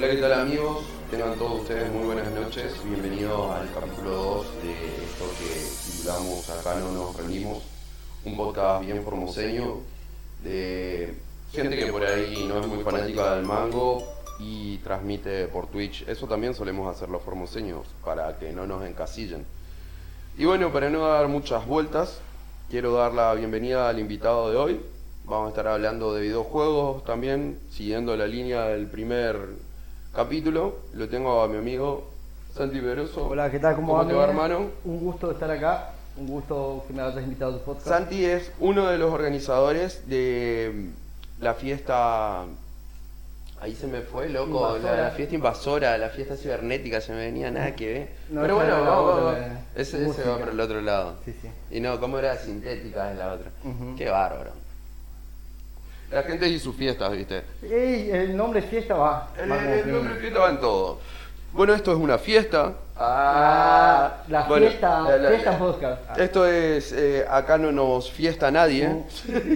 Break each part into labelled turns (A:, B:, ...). A: ¿qué tal amigos? Tengan todos ustedes muy buenas noches. Bienvenidos al capítulo 2 de esto que titulamos Acá no nos rendimos. Un podcast bien formoseño de gente que por ahí no es muy fanática del mango y transmite por Twitch. Eso también solemos hacer los formoseños para que no nos encasillen. Y bueno, para no dar muchas vueltas, quiero dar la bienvenida al invitado de hoy. Vamos a estar hablando de videojuegos también, siguiendo la línea del primer capítulo. Lo tengo a mi amigo Santi Peroso.
B: Hola, ¿qué tal? ¿Cómo,
A: ¿Cómo
B: va,
A: te va,
B: Miguel?
A: hermano?
B: Un gusto estar acá, un gusto que me hayas invitado a tu podcast.
A: Santi es uno de los organizadores de mm, la fiesta. Ahí se me fue, loco. La,
B: Invasora.
A: la fiesta invasora, la fiesta cibernética, se me venía nada que ver.
B: No,
A: Pero bueno,
B: esa era la
A: vamos,
B: otra,
A: vamos. Ese,
B: la-
A: ese va
B: música.
A: para el otro lado.
B: Sí, sí.
A: Y no, ¿cómo era sintética es la otra?
B: Ujú.
A: Qué bárbaro. La gente y sus fiestas, viste.
B: Ey, el nombre fiesta va.
A: El,
B: va como
A: el
B: primo.
A: nombre fiesta va en todo. Bueno, esto es una fiesta.
B: Ah, la
A: Bueno,
B: fiesta,
A: la- la-
B: fiesta podcast. Ah,
A: Esto es, eh, acá no nos fiesta nadie.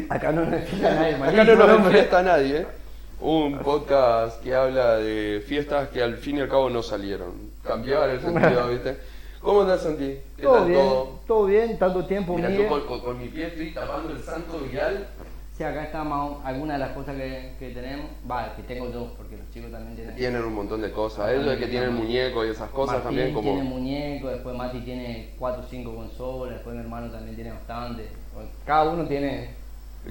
B: Acá no nos fiesta nadie,
A: Acá no
B: malísimo
A: nos
B: nombre.
A: enfiesta nadie. ¿eh? Un podcast que habla de fiestas que al fin y al cabo no salieron. Cambiaban el sentido, ¿viste? ¿Cómo andás, Santi? ¿Qué
B: Todo
A: tal
B: bien,
A: todo?
B: todo bien, tanto tiempo,
A: Mira,
B: Miguel.
A: yo con, con- con mi pie estoy tapando el santo vial.
B: Sí, acá estamos algunas de las cosas que, que tenemos, va, que tengo yo, porque los chicos también tienen.
A: Tienen un montón de cosas. Ellos es que tienen muñecos y esas cosas
B: Martín
A: también como...
B: tiene muñeco, después Mati tiene 4 o 5 consolas, después mi hermano también tiene bastante. Cada uno tiene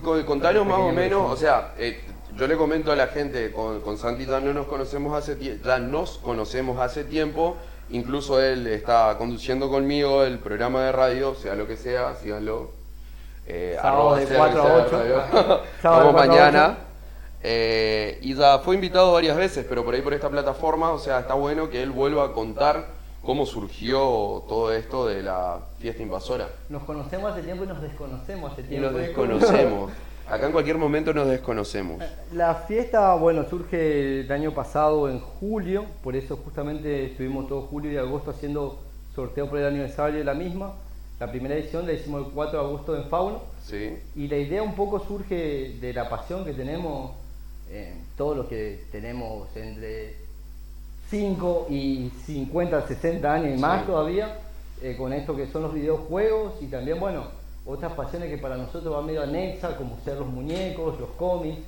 A: Co- Contanos más o
B: Pequeño
A: menos,
B: resumen.
A: o sea, eh, yo le comento a la gente, con, con Santi ya no nos conocemos hace tie- ya nos conocemos hace tiempo, incluso él está conduciendo conmigo el programa de radio, sea lo que sea, síganlo. eh,
B: Sábado
A: arroba
B: de
A: sea lo que
B: 4 a
A: sea de
B: 8.
A: radio.
B: Sábado de
A: Vamos
B: 4 a
A: mañana.
B: 8.
A: Eh, y ya fue invitado varias veces, pero por ahí por esta plataforma, o sea, está bueno que él vuelva a contar cómo surgió todo esto de la fiesta invasora.
B: Nos conocemos hace tiempo y nos desconocemos hace
A: Y
B: tiempo.
A: nos desconocemos. Acá en cualquier momento nos desconocemos.
B: La fiesta, bueno, surge el año pasado en julio, por eso justamente estuvimos todo julio y agosto haciendo sorteo por el aniversario de la misma. La primera edición la hicimos el 4 de agosto en Fauno
A: Sí.
B: y la idea un poco surge de la pasión que tenemos, eh, todos los que tenemos entre 5 y 50, 60 años y más
A: Sí.
B: todavía, eh, con esto que son los videojuegos y también, bueno, otras pasiones que para nosotros van medio anexa, como ser los muñecos, los cómics,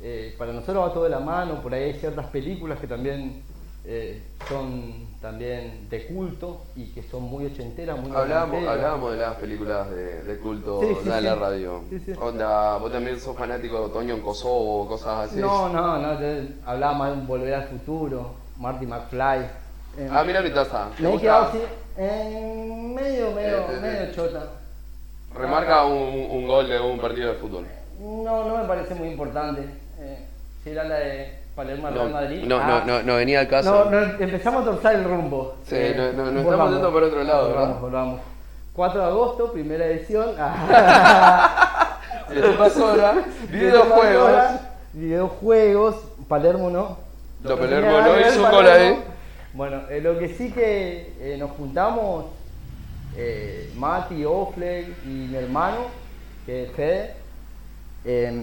B: eh, para nosotros va todo de la mano, por ahí hay ciertas películas que también... eh, son también de culto y que son muy ochenteras, muy
A: Hablábamos,
B: noventeras.
A: hablábamos de las películas de, de culto
B: Sí, sí,
A: de la
B: sí.
A: radio.
B: Sí, sí.
A: Onda, vos también sos fanático de Otoño en Kosovo, cosas así.
B: No, no, no, yo hablaba más de un Volver al Futuro, Marty McFly. Eh,
A: Ah, mira mi taza. ¿Te
B: me he
A: gusta?
B: quedado así, en medio, medio,
A: Eh, eh, eh.
B: medio chota.
A: Remarca un, un gol de un partido de fútbol.
B: No, no me parece muy importante. Eh, si era la de Palermo Real Madrid.
A: no,
B: Ah,
A: no, no, no venía al caso.
B: no, no, empezamos a torcer el rumbo. Eh,
A: Sí, no, no, no, estamos yendo por otro lado, ¿verdad?
B: Volvamos, volvamos. 4 de agosto, primera edición.
A: ¿Qué te pasó ahora? Videojuegos.
B: Videojuegos, Palermo no.
A: Lo
B: Lo
A: Palermo
B: tenía
A: no,
B: el
A: hizo un
B: Palermo.
A: gol ahí.
B: Bueno, eh, lo que sí que eh, nos juntamos, eh, Mati, Ofley y mi hermano, que es Fede. eh,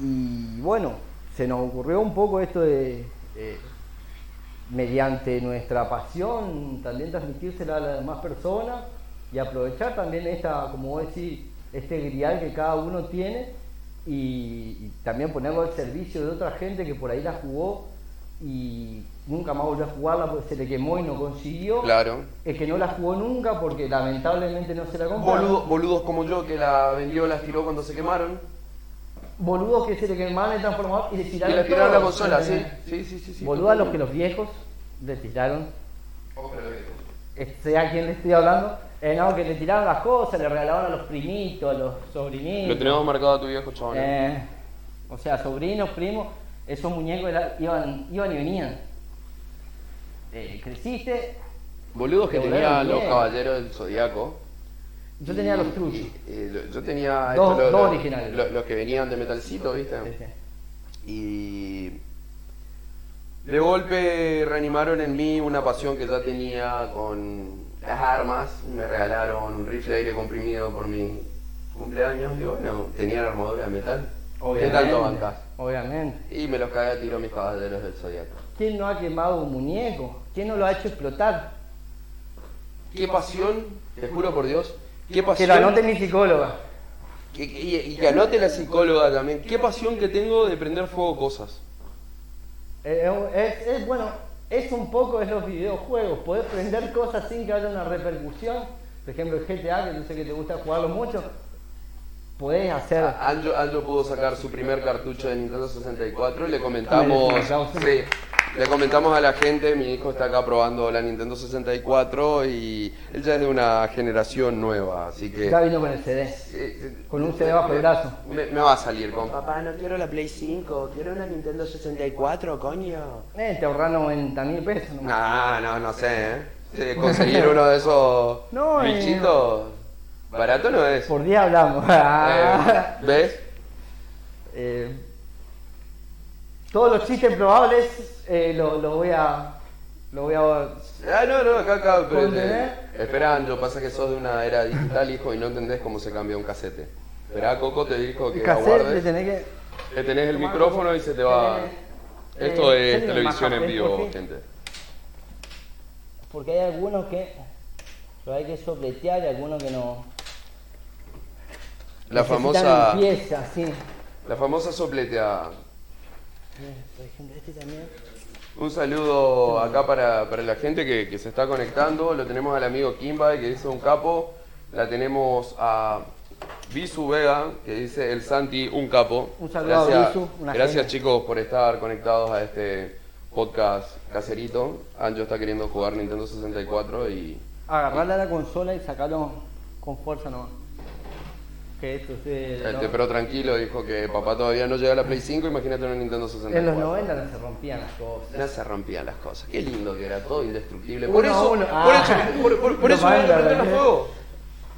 B: y bueno, se nos ocurrió un poco esto de, eh, mediante nuestra pasión, también transmitírsela a las demás personas y aprovechar también esta, como vos decís, este grial que cada uno tiene y, y también ponerlo al servicio de otra gente que por ahí la jugó y nunca más volvió a jugarla porque se le quemó y no consiguió.
A: Claro.
B: El que no la jugó nunca porque lamentablemente no se la compró.
A: Boludo- boludos como yo que la vendió, las tiró cuando se quemaron.
B: Boludos que se le quemaron el transformador y le
A: Y
B: tiraron,
A: la tiraron a la
B: todo. Eh,
A: consola, sí. Sí, sí, sí. sí
B: Boludo a los que los viejos le tiraron
A: Ojo, pero que-
B: eh, sé a quién le estoy hablando, eh, no, que le tiraban las cosas, le regalaban a los primitos, a los
A: Lo
B: sobrinitos.
A: tenemos marcado a tu viejo, chabón.
B: Eh, o sea, sobrinos, primos, esos muñecos era- iban, iban y venían. Eh, creciste,
A: Boludos que
B: Te
A: tenía
B: volaron
A: los
B: bien.
A: caballeros del zodiaco.
B: yo tenía
A: Y-
B: los truchos.
A: y- y lo- yo tenía
B: Dos-
A: esto, lo-
B: dos
A: lo-
B: originales.
A: lo- los que venían de metalcito,
B: Este,
A: ¿viste? Y. De golpe reanimaron en mí una pasión que ya tenía con las armas. Me regalaron un rifle de aire comprimido por mi cumpleaños. Y bueno, tenía la armadura de metal. ¿Qué tanto bancas?
B: Obviamente.
A: Y me los cagué a tiro a mis caballeros del zodiaco.
B: ¿Quién no ha quemado un muñeco? ¿Quién no lo ha hecho explotar?
A: Qué pasión, te juro por Dios, qué
B: Que
A: pasión.
B: lo anote mi psicóloga.
A: Que- que- y, y que anote la psicóloga también. Qué pasión que tengo de prender fuego cosas.
B: Eh, Es, es- bueno, es un poco de los videojuegos. Podés prender cosas sin que haya una repercusión. Por ejemplo, el GTA, que yo sé que te gusta jugarlo mucho. Podés hacer.
A: Andro, Andro pudo sacar su primer cartucho de Nintendo 64 y le comentamos,
B: Ah,
A: sí, le comentamos a la gente, mi hijo está acá probando la Nintendo 64 y él ya es de una generación nueva, así que...
B: Ya vino con el CD.
A: eh,
B: Con un CD bajo el brazo.
A: Me, me va a salir con papá.
C: Papá, no quiero la Play 5, quiero una Nintendo 64, coño.
B: Eh, te ahorran 90 mil pesos nomás.
A: No, no, no sé, ¿eh? Sí, Conseguir uno de esos
B: No, eh.
A: bichitos barato no es.
B: Por día hablamos.
A: Eh, ¿Ves?
B: Eh, todos los chistes probables eh, lo, lo voy a. Lo voy a.
A: Ah, no, no, acá, acá. Pero,
B: ¿Contener?
A: espera, Anjo, pasa que sos de una era digital, hijo, y no entendés cómo se cambia un casete. Esperá, Coco te dijo que
B: Cassette, le
A: aguardes.
B: tenés que.
A: Le tenés el micrófono y se te va...
B: Eh,
A: Esto
B: eh,
A: es
B: tenés
A: televisión
B: más
A: en vivo,
B: café,
A: gente.
B: Porque hay algunos que. Lo hay que sopletear y algunos que no.
A: La
B: necesitan
A: famosa,
B: Limpieza, sí.
A: la famosa sopletea.
B: Eh, Por ejemplo, este también.
A: Un saludo acá para, para la gente que, que se está conectando. Lo tenemos al amigo Kimba, que dice un capo. La tenemos a Visu Vega, que dice el Santi, un capo.
B: Un saludo a
A: Gracias-
B: Visu, una
A: Gracias
B: genia.
A: chicos por estar conectados a este podcast caserito. Anjo está queriendo jugar Nintendo 64 y...
B: Agarrarle a la consola y sacarlo con fuerza nomás. Que esto es de-
A: Este,
B: no-
A: pero tranquilo, dijo que papá todavía no llega a la Play 5, imagínate una Nintendo 64.
B: En los 90 no se rompían las cosas.
A: Ya se rompían las cosas. Qué lindo que era todo indestructible.
B: Uno
A: Por
B: a
A: eso,
B: uno.
A: por
B: Ah.
A: eso- por- por- por
B: No
A: eso había que
B: manda,
A: prender
B: ¿verdad?
A: fuego.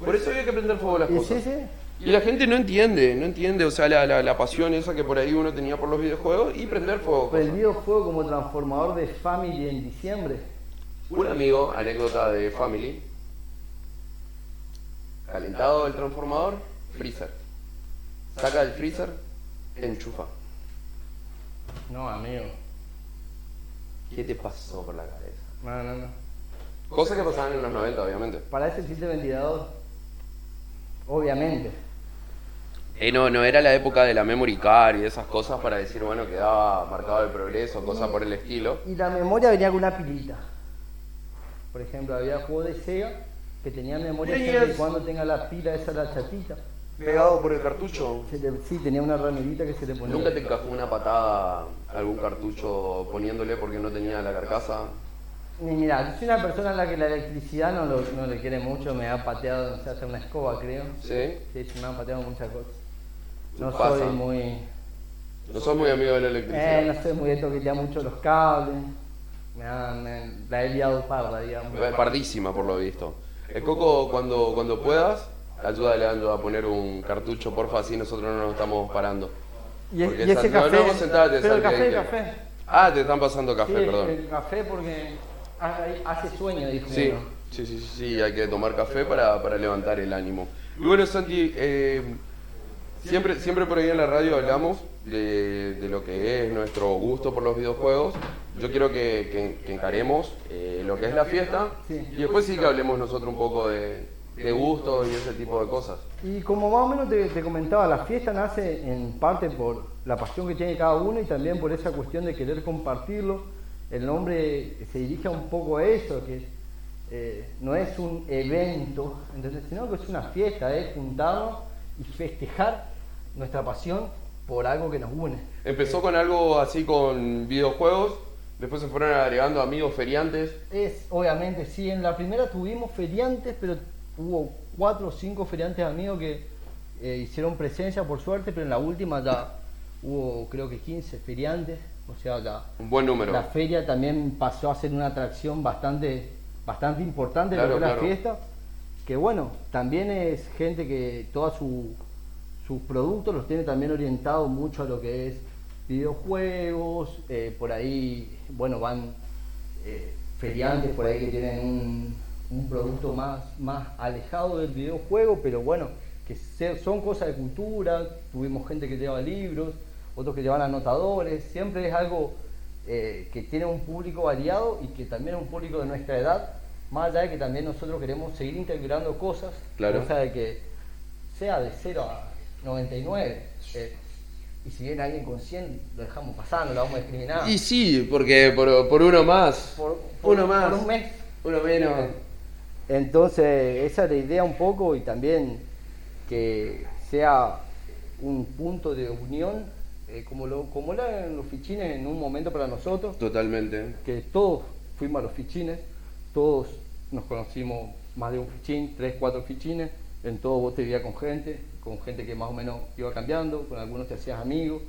A: Por eso había que prender fuego las
B: Y
A: cosas.
B: sí, sí.
A: Y la gente no entiende, no entiende, o sea, la, la- la pasión esa que por ahí uno tenía por los videojuegos y prender fuego.
B: Pero el
A: cosas.
B: videojuego como transformador de Family en diciembre.
A: Un amigo, anécdota de Family, calentado el transformador, freezer. Saca el freezer, enchufa.
B: No, amigo.
A: ¿Qué te pasó por la cabeza?
B: No, no, no.
A: Cosas que pasaban en los 90, obviamente.
B: Para ese existe el ventilador. Obviamente.
A: Eh, no, no era la época de la memory card y esas cosas para decir, bueno, quedaba marcado el progreso, cosas por el estilo.
B: Y la memoria venía con una pilita. Por ejemplo, había juegos de Sega que tenían memoria
A: Sí,
B: siempre y
A: es-
B: cuando tenga la pila esa la chatita.
A: Pegado por el cartucho.
B: Se le- sí, tenía una ramerita que se le ponía.
A: ¿Nunca te encajó una patada a algún cartucho poniéndole porque no tenía la carcasa?
B: Ni mira, yo soy una persona a la que la electricidad no, lo- no le quiere mucho, me ha pateado, no sé, hace una escoba creo.
A: ¿Sí?
B: Sí, sí, me han pateado muchas cosas. No
A: Pasa.
B: soy muy.
A: No sos muy amigo de la
B: Eh,
A: electricidad.
B: no soy muy de toquetear mucho los cables. Me han- me- la he liado parda, digamos.
A: Eh, Pardísima, por lo visto. El Coco, cuando, cuando puedas, ayúdale a Ando a poner un cartucho, porfa, así nosotros no nos estamos parando.
B: Y, es-
A: Porque
B: y ese
A: esa- no,
B: café.
A: no, vos sentate,
B: pero el
A: Santi,
B: café,
A: ahí
B: el
A: que-
B: café.
A: Ah, te están pasando café,
B: Sí,
A: perdón.
B: Eh, El café porque hace hace sueño, dijo
A: Sí,
B: uno.
A: sí, sí, sí, sí, hay que tomar café para, para levantar el ánimo. Y bueno, Santi, eh, siempre, siempre por ahí en la radio hablamos de, de lo que es nuestro gusto por los videojuegos. Yo quiero que, que- que encaremos eh, lo que es la fiesta
B: Sí.
A: y después sí que hablemos nosotros un poco de, de gusto y ese tipo de cosas.
B: Y como más o menos te, te comentaba, la fiesta nace en parte por la pasión que tiene cada uno y también por esa cuestión de querer compartirlo. El nombre se dirige un poco a eso, que eh, no es un evento, ¿entendés? sino que es una fiesta, es juntarnos y festejar nuestra pasión por algo que nos une.
A: Empezó con algo así con videojuegos, después se fueron agregando amigos feriantes.
B: Es, obviamente, sí, en la primera tuvimos feriantes, pero hubo cuatro o cinco feriantes amigos que eh, hicieron presencia, por suerte, pero en la última ya hubo creo que 15 feriantes, o sea, la,
A: Un buen número.
B: la feria también pasó a ser una atracción bastante, bastante importante de lo
A: Claro,
B: que es
A: claro.
B: la fiesta, que bueno, también es gente que todos sus productos los tiene también orientados mucho a lo que es videojuegos, eh, por ahí, bueno, van eh, feriantes por ahí que tienen un, un producto más, más alejado del videojuego, pero bueno, que se- son cosas de cultura, tuvimos gente que lleva libros, otros que llevan anotadores, siempre es algo eh, que tiene un público variado y que también es un público de nuestra edad, más allá de que también nosotros queremos seguir integrando cosas,
A: Claro.
B: cosa de que sea de 0 a 99. eh, y si viene alguien con 100, lo dejamos pasar, no lo vamos a discriminar.
A: Y sí, porque por, por uno más.
B: Por- por-
A: uno más.
B: por un mes.
A: Uno menos.
B: Entonces, esa es la idea un poco y también que sea un punto de unión, eh, como lo como eran los fichines en un momento para nosotros,
A: Totalmente.
B: que todos fuimos a los fichines, todos nos conocimos más de un fichín, tres, cuatro fichines, en todo vos te vivías con gente, con gente que más o menos iba cambiando, con algunos te hacías amigos,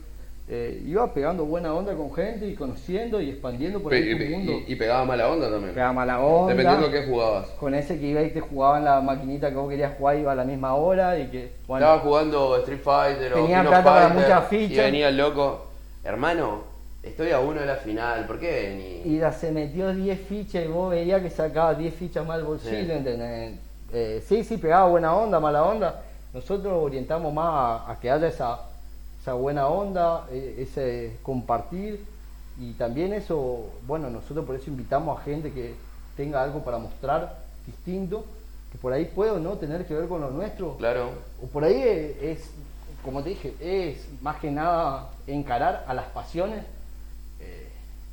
B: eh, iba pegando buena onda con gente y conociendo y expandiendo por
A: Pe-
B: ahí tu
A: y-
B: mundo.
A: y, y pegaba mala onda también.
B: Pegaba mala onda.
A: Dependiendo de qué jugabas.
B: Con ese que iba y te jugaban la maquinita que vos querías jugar iba a la misma hora y que bueno,
A: Estaba jugando Street Fighter o
B: Tenía
A: King of
B: plata para
A: Fighter,
B: muchas
A: Y
B: fichas.
A: venía el loco. Hermano, estoy a uno de la final. ¿Por qué venís?
B: y la- se metió 10 fichas y vos veías que sacaba 10 fichas más al bolsillo,
A: Sí.
B: ¿entendés? Eh, sí, sí, pegaba buena onda, mala onda. Nosotros orientamos más a, a que haya esa, esa buena onda, eh, ese compartir y también eso, bueno, nosotros por eso invitamos a gente que tenga algo para mostrar distinto, que por ahí puede o no tener que ver con lo nuestro,
A: Claro.
B: O por ahí es, es, como te dije, es más que nada encarar a las pasiones eh,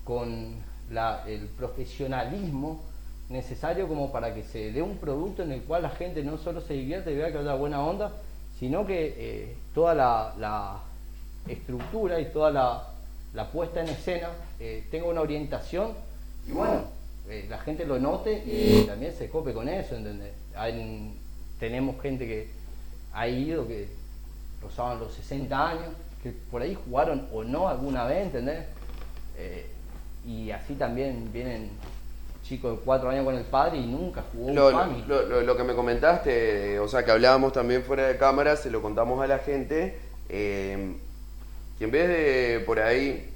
B: con la- el profesionalismo necesario como para que se dé un producto en el cual la gente no solo se divierte y vea que haya buena onda, sino que eh, toda la, la estructura y toda la, la puesta en escena eh, tenga una orientación y bueno, eh, la gente lo note y también se cope con eso, ¿entendés? Hay- tenemos gente que ha ido, que rozaban los 60 años, que por ahí jugaron o no alguna vez, ¿entendés? Eh, y así también vienen chicos de 4 años con el padre y nunca jugó
A: Lo,
B: un family.
A: lo- lo- lo que me comentaste, o sea, que hablábamos también fuera de cámara, se lo contamos a la gente, eh, que en vez de por ahí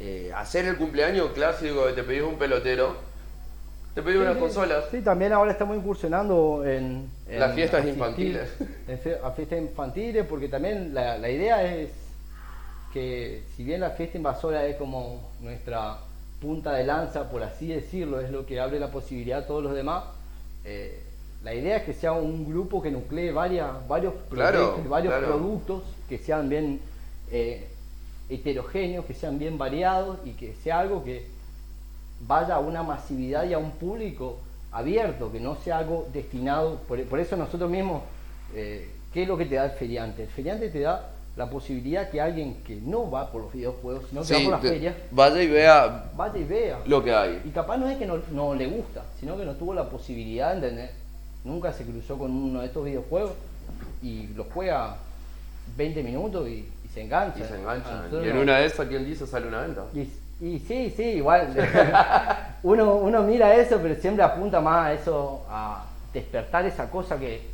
A: eh, hacer el cumpleaños clásico que te pedís un pelotero, te pedís unas
B: Sí, sí.
A: consolas.
B: Sí, también ahora estamos incursionando en... en
A: Las fiestas
B: asistir
A: infantiles.
B: en fe- a fiestas infantiles, porque también la, la idea es que si bien la fiesta invasora es como nuestra punta de lanza, por así decirlo, es lo que abre la posibilidad a todos los demás, eh, la idea es que sea un grupo que nuclee varias, varios
A: Claro,
B: proyectos, varios
A: claro.
B: productos, que sean bien eh, heterogéneos, que sean bien variados y que sea algo que vaya a una masividad y a un público abierto, que no sea algo destinado. Por, por eso nosotros mismos, eh, ¿qué es lo que te da el feriante? El feriante te da la posibilidad que alguien que no va por los videojuegos, sino que va
A: Sí,
B: por las
A: te-
B: ferias,
A: vaya y vea
B: vaya y vea.
A: lo que hay.
B: Y capaz no es que no, no le gusta, sino que no tuvo la posibilidad, ¿entendés? Nunca se cruzó con uno de estos videojuegos y lo juega 20 minutos y, y se engancha.
A: Y se
B: A
A: enganchan.
B: nosotros
A: Y en
B: no-
A: una de esas, ¿quién dice sale una venta?
B: y, y sí, sí, igual. uno, uno mira eso, pero siempre apunta más a eso, a despertar esa cosa que,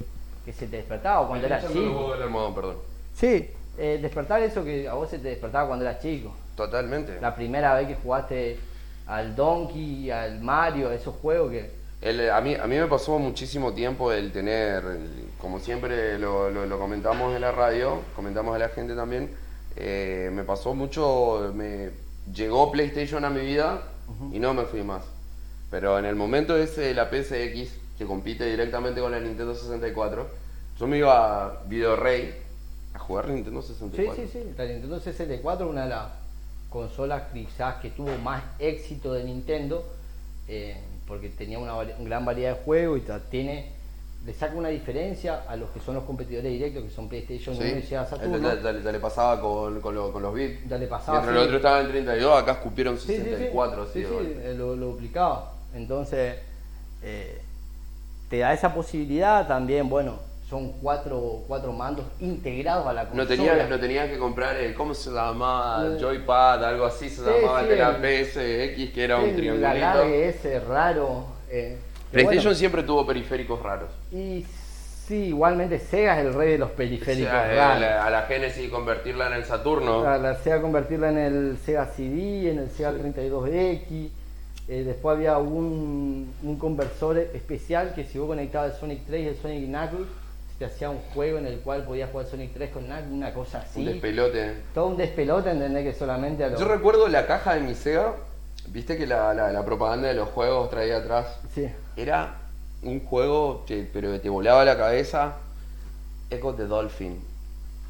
B: que se te despertaba cuando eras chico.
A: El almohadón, perdón.
B: Sí, eh, despertar eso que a vos se te despertaba cuando eras chico.
A: Totalmente.
B: La primera vez que jugaste al Donkey, al Mario, esos juegos que...
A: El- eh, a, mí, a mí me pasó muchísimo tiempo el tener, el- como siempre lo, lo- lo comentamos en la radio, comentamos a la gente también, eh, me pasó mucho, me llegó PlayStation a mi vida y no me fui más. Pero en el momento ese de la PSX, que compite directamente con la Nintendo 64, yo me iba a Video Rey a jugar Nintendo
B: Sí,
A: 64.
B: sí, sí. La Nintendo 64 es una de las consolas quizás que tuvo más éxito de Nintendo, eh, porque tenía una vari- gran variedad de juegos y ta- tiene, le saca una diferencia a los que son los competidores directos, que son PlayStation 1 y Sega Saturn.
A: Este, Ya, ya- ya le pasaba con, con lo- con los bits.
B: Ya le pasaba,
A: Mientras
B: sí.
A: el otro estaba en 32, acá escupieron 64. así
B: sí,
A: de
B: sí,
A: golpe.
B: eh, lo, lo duplicaba. Entonces, eh, te da esa posibilidad también, bueno, son cuatro, cuatro mandos integrados a la consola.
A: No tenías, no tenías que comprar el, ¿cómo se llamaba? El
B: Eh.
A: Joypad, algo así se
B: Sí,
A: llamaba,
B: sí,
A: el era
B: el-
A: PSX, que era
B: Sí,
A: un
B: La
A: triangulito.
B: larga ese raro. eh, pero
A: PlayStation
B: bueno.
A: siempre tuvo periféricos raros.
B: Y sí, igualmente Sega es el rey de los periféricos
A: O sea,
B: raros. Ah,
A: el- a la Genesis convertirla en el Saturno.
B: La, la Sega convertirla en el Sega CD, en el Sega 32X. eh, después había un, un conversor especial que si vos conectabas el Sonic 3 y el Sonic Knuckles, te hacía un juego en el cual podías jugar Sonic 3 con nadie, una cosa así.
A: Un despelote.
B: Todo un despelote, entender que solamente a los.
A: Yo recuerdo la caja de mi Sega, viste que la, la- la propaganda de los juegos traía atrás.
B: Sí.
A: Era un juego que pero que te volaba la cabeza. Echo the Dolphin.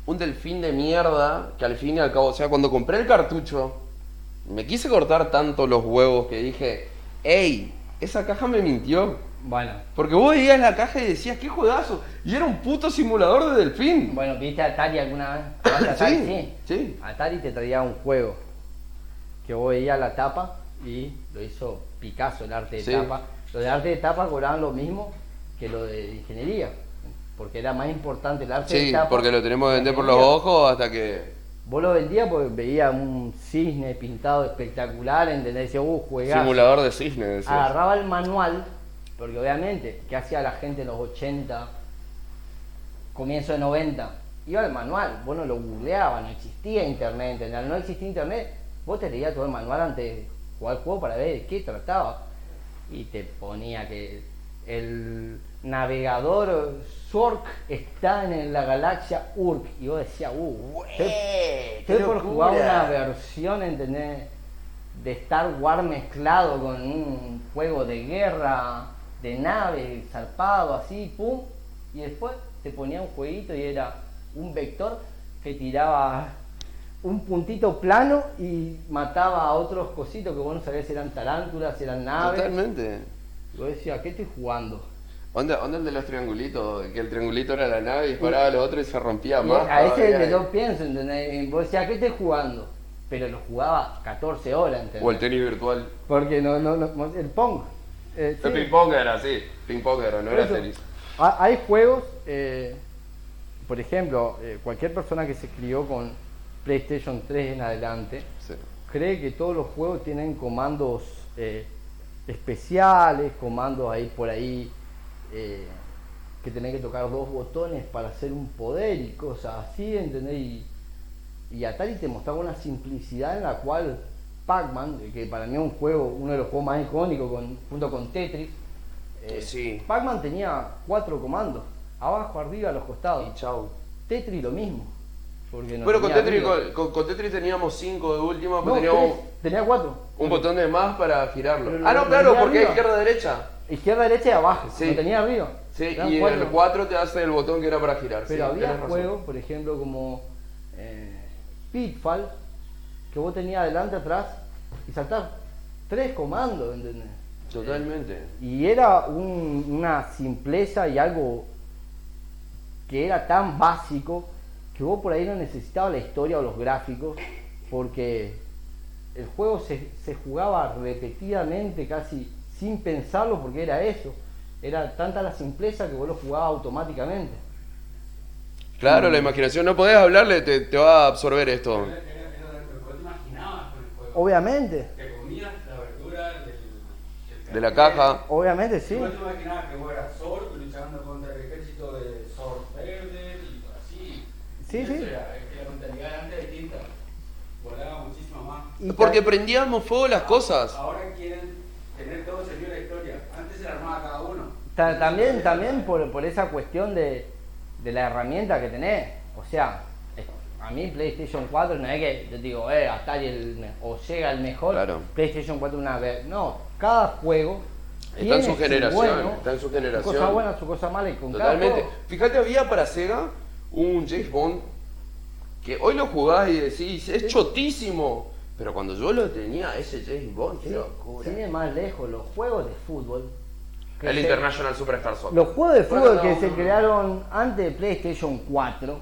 A: Un delfín de mierda que al fin y al cabo, o sea, cuando compré el cartucho, me quise cortar tanto los huevos que dije, ¡Ey! Esa caja me mintió.
B: Bueno.
A: Porque vos veías la caja y decías, ¡qué juegazo! Y era un puto simulador de delfín.
B: Bueno, ¿viste Atari alguna vez? ¿Jugaste a Atari?
A: Sí,
B: sí,
A: sí.
B: Atari te traía un juego que vos veías la tapa y lo hizo Picasso, el arte de
A: Sí.
B: tapa. Lo de arte de tapa cobraban lo mismo que lo de ingeniería, porque era más importante el arte de
A: Sí,
B: tapa.
A: porque lo tenemos que vender por los
B: ingeniería.
A: ojos hasta que.
B: Vos lo vendías porque veías un cisne pintado espectacular, ¿entendés? Decía, uh, juegazo.
A: Simulador de cisne, decías.
B: agarraba el manual, porque obviamente, ¿qué hacía la gente en los 80, comienzo de 90? Iba al manual, vos no lo googleabas, no existía internet, ¿entendés? Al no existía internet, vos te leías todo el manual antes de jugar al juego para ver de qué trataba. Y te ponía que el navegador Zork está en la galaxia Urk. Y vos decías, uh, estoy-
C: ¡Wey!
B: Estoy
C: ¡Qué
B: por jugar
C: locura!
B: una versión, ¿entendés? De Star Wars mezclado con un juego de guerra, de nave, zarpado, así, pum. Y después te ponía un jueguito y era un vector que tiraba un puntito plano y mataba a otros cositos que vos no sabías si eran tarántulas, si eran naves.
A: Totalmente.
B: Y vos decías, ¿qué estoy jugando?
A: Onda, onda el de los triangulitos, que el triangulito era la nave, disparaba a los otros y se rompía
B: Y
A: más.
B: a ese
A: todavía.
B: que yo pienso, ¿entendés? Y Vos decías, ¿qué estoy jugando? Pero lo jugaba 14 horas, ¿entendés?
A: O el tenis virtual.
B: Porque no, no, no- el Pong. eh, sí.
A: El ping pong era así, ping pong era, no
B: Por
A: era
B: eso,
A: tenis.
B: ha- Hay juegos, eh, por ejemplo, eh, cualquier persona que se crió con PlayStation 3 en adelante,
A: Sí.
B: cree que todos los juegos tienen comandos eh, especiales, comandos ahí por ahí, eh, que tenés que tocar dos botones para hacer un poder y cosas así, ¿entendés? Y, y Atari te mostraba una simplicidad en la cual Pac-Man, que para mí es un juego, uno de los juegos más icónicos con- junto con Tetris, eh,
A: Sí.
B: Pac-Man tenía cuatro comandos, abajo, arriba, a los costados.
C: Y chau.
B: Tetris lo mismo. porque no
A: Pero con
B: tenía
A: Tetris, con,
B: arriba.
A: con- con Tetris teníamos cinco de última,
B: No,
A: pues teníamos
B: tres, tenía cuatro.
A: un botón de más para girarlo.
B: Pero lo-
A: ah, no,
B: lo
A: claro,
B: tenía
A: porque
B: arriba.
A: izquierda-derecha.
B: Izquierda, derecha y abajo.
A: Sí.
B: No tenía arriba.
A: Sí,
B: Eran
A: y en
B: cuatro.
A: el 4 te hace el botón que era para girar.
B: Pero
A: sí,
B: había
A: tenés razón.
B: juegos, por ejemplo, como eh, Pitfall, que vos tenías adelante, atrás y saltar tres comandos, ¿entendés?
A: Totalmente.
B: Y era un- una simpleza y algo que era tan básico que vos por ahí no necesitabas la historia o los gráficos porque el juego se, se jugaba repetidamente casi sin pensarlo porque era eso. Era tanta la simpleza que vos lo jugabas automáticamente.
A: Claro,
B: Mm.
A: la imaginación, no podés hablarle, te, te va a absorber esto.
D: Era, era de lo que vos te imaginabas con el juego.
B: Obviamente,
D: Te comías la verdura del, del
A: De la
D: café.
A: caja.
B: obviamente
D: Y
B: sí.
D: vos te imaginabas que vos eras Zord luchando contra el ejército de Zord verde y así.
B: Sí,
D: Y eso
B: sí.
D: Era, es que la mentalidad era antes distinta. Volaba muchísimo más.
B: Y
A: Porque
B: ta-
A: prendíamos fuego las cosas.
D: Ahora quieren tener todo servido la historia. Antes se la armaba cada uno.
B: Ta- también también por, por esa cuestión de, de la herramienta que tenés. O sea, es- a mí PlayStation 4 no es que yo digo, eh, Atari el me- o llega el mejor,
A: Claro.
B: PlayStation 4 una vez. No, cada juego.
A: Está en
B: tiene
A: su generación,
B: bueno,
A: está en su
B: Su
A: generación.
B: cosa buena, su cosa mala y con cada
A: Totalmente.
B: juego-
A: Fíjate, había para Sega un James Bond que hoy lo jugás y decís, es chotísimo. Pero cuando yo lo tenía, ese James Bond, qué locura.
B: Sin ir más lejos, los juegos de fútbol. que
A: El
B: se-
A: International Superstar Soccer.
B: Los juegos de
A: Bueno,
B: fútbol
A: no,
B: que
A: no,
B: se
A: no.
B: crearon antes de PlayStation 4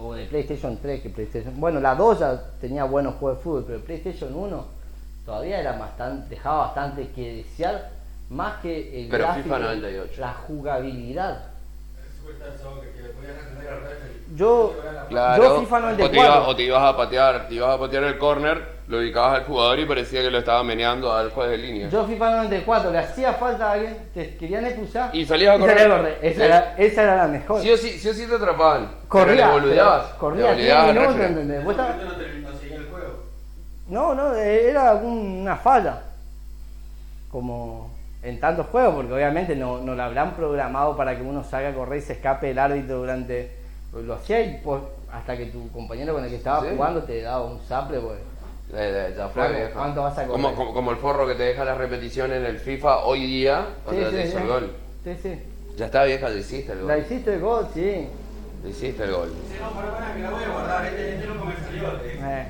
B: o de PlayStation 3 que PlayStation. Bueno, la 2 ya tenía buenos juegos de fútbol, pero el PlayStation 1 todavía era bastante, dejaba bastante que desear, más que el
A: Pero
B: gráfico,
A: FIFA 98.
B: la jugabilidad.
D: El Superstar Soccer, que le podías atender al referee.
B: Yo-
D: Eso era la-
A: Claro.
B: Yo FIFA
A: o, te ibas,
B: 94.
A: o te ibas a patear, te ibas a patear el corner, lo ubicabas al jugador y parecía que lo estaba meneando al juez de línea.
B: Yo FIFA 94, le hacía falta a alguien, te querían expulsar
A: Y salías a correr.
B: salía Esa,
A: Sí.
B: era, esa era la mejor.
A: Sí o sí, sí o sí te atrapaban.
B: corría,
A: Pero le boludeabas,
B: pero
A: le
B: corría 10
A: boludeabas al
B: minutos,
A: referee.
B: ¿entendés?
D: En
B: Vos
D: ese
B: estabas-
D: momento no te- no seguía el juego.
B: No, no, eh, era una falla. Como. en tantos juegos, porque obviamente no, no lo habrán programado para que uno salga a correr y se escape del árbitro durante. Lo hacía y pues, hasta que tu compañero con el que estaba
A: Sí.
B: jugando te daba un saple, pues.
A: Ya, ya, ya fue,
B: ¿Cuánto-
A: viejo.
B: cuánto vas a correr?
A: Como, como- como el forro que te deja las repeticiones en el FIFA hoy día, o sea, te hizo el gol.
B: sí, sí.
A: Ya está vieja, lo hiciste el
B: La
A: gol.
B: hiciste el gol, sí.
A: Lo hiciste el gol.
D: Sí, no, para, para, que la voy a guardar, este, este no me salió. eh.
B: Eh,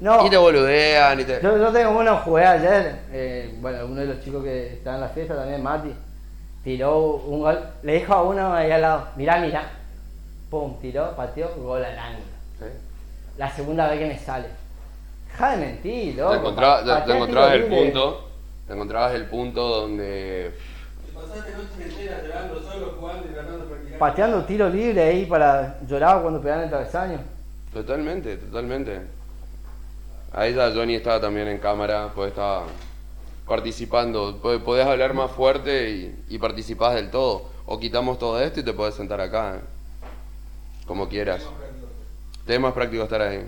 B: no,
A: Ni te boludean, ni te...
B: yo, yo tengo una jugué ayer. eh, bueno, uno de los chicos que estaba en la fiesta también, Mati, tiró un gol. Le dijo a uno ahí al lado, mirá, mirá. Pum, tiró, pateó, gol al ángulo.
A: Sí.
B: La segunda vez que me sale. Deja de mentir,
A: Te
B: loco.
A: encontraba- te-
B: Pateaste
A: te encontrabas el
B: horrible.
A: punto, te encontrabas el punto donde...
D: Te pasaste noche entera llorando solo, jugando y tratando de practicar.
B: Pateando tiro libre ahí para llorar cuando pegaban el travesaño.
A: Totalmente, totalmente. Ahí ya Johnny estaba también en cámara, pues estaba participando. Po- Podés hablar más fuerte y, y participás del todo. O quitamos todo esto y te podés sentar acá. eh. Como quieras. Te es más práctico estar ahí.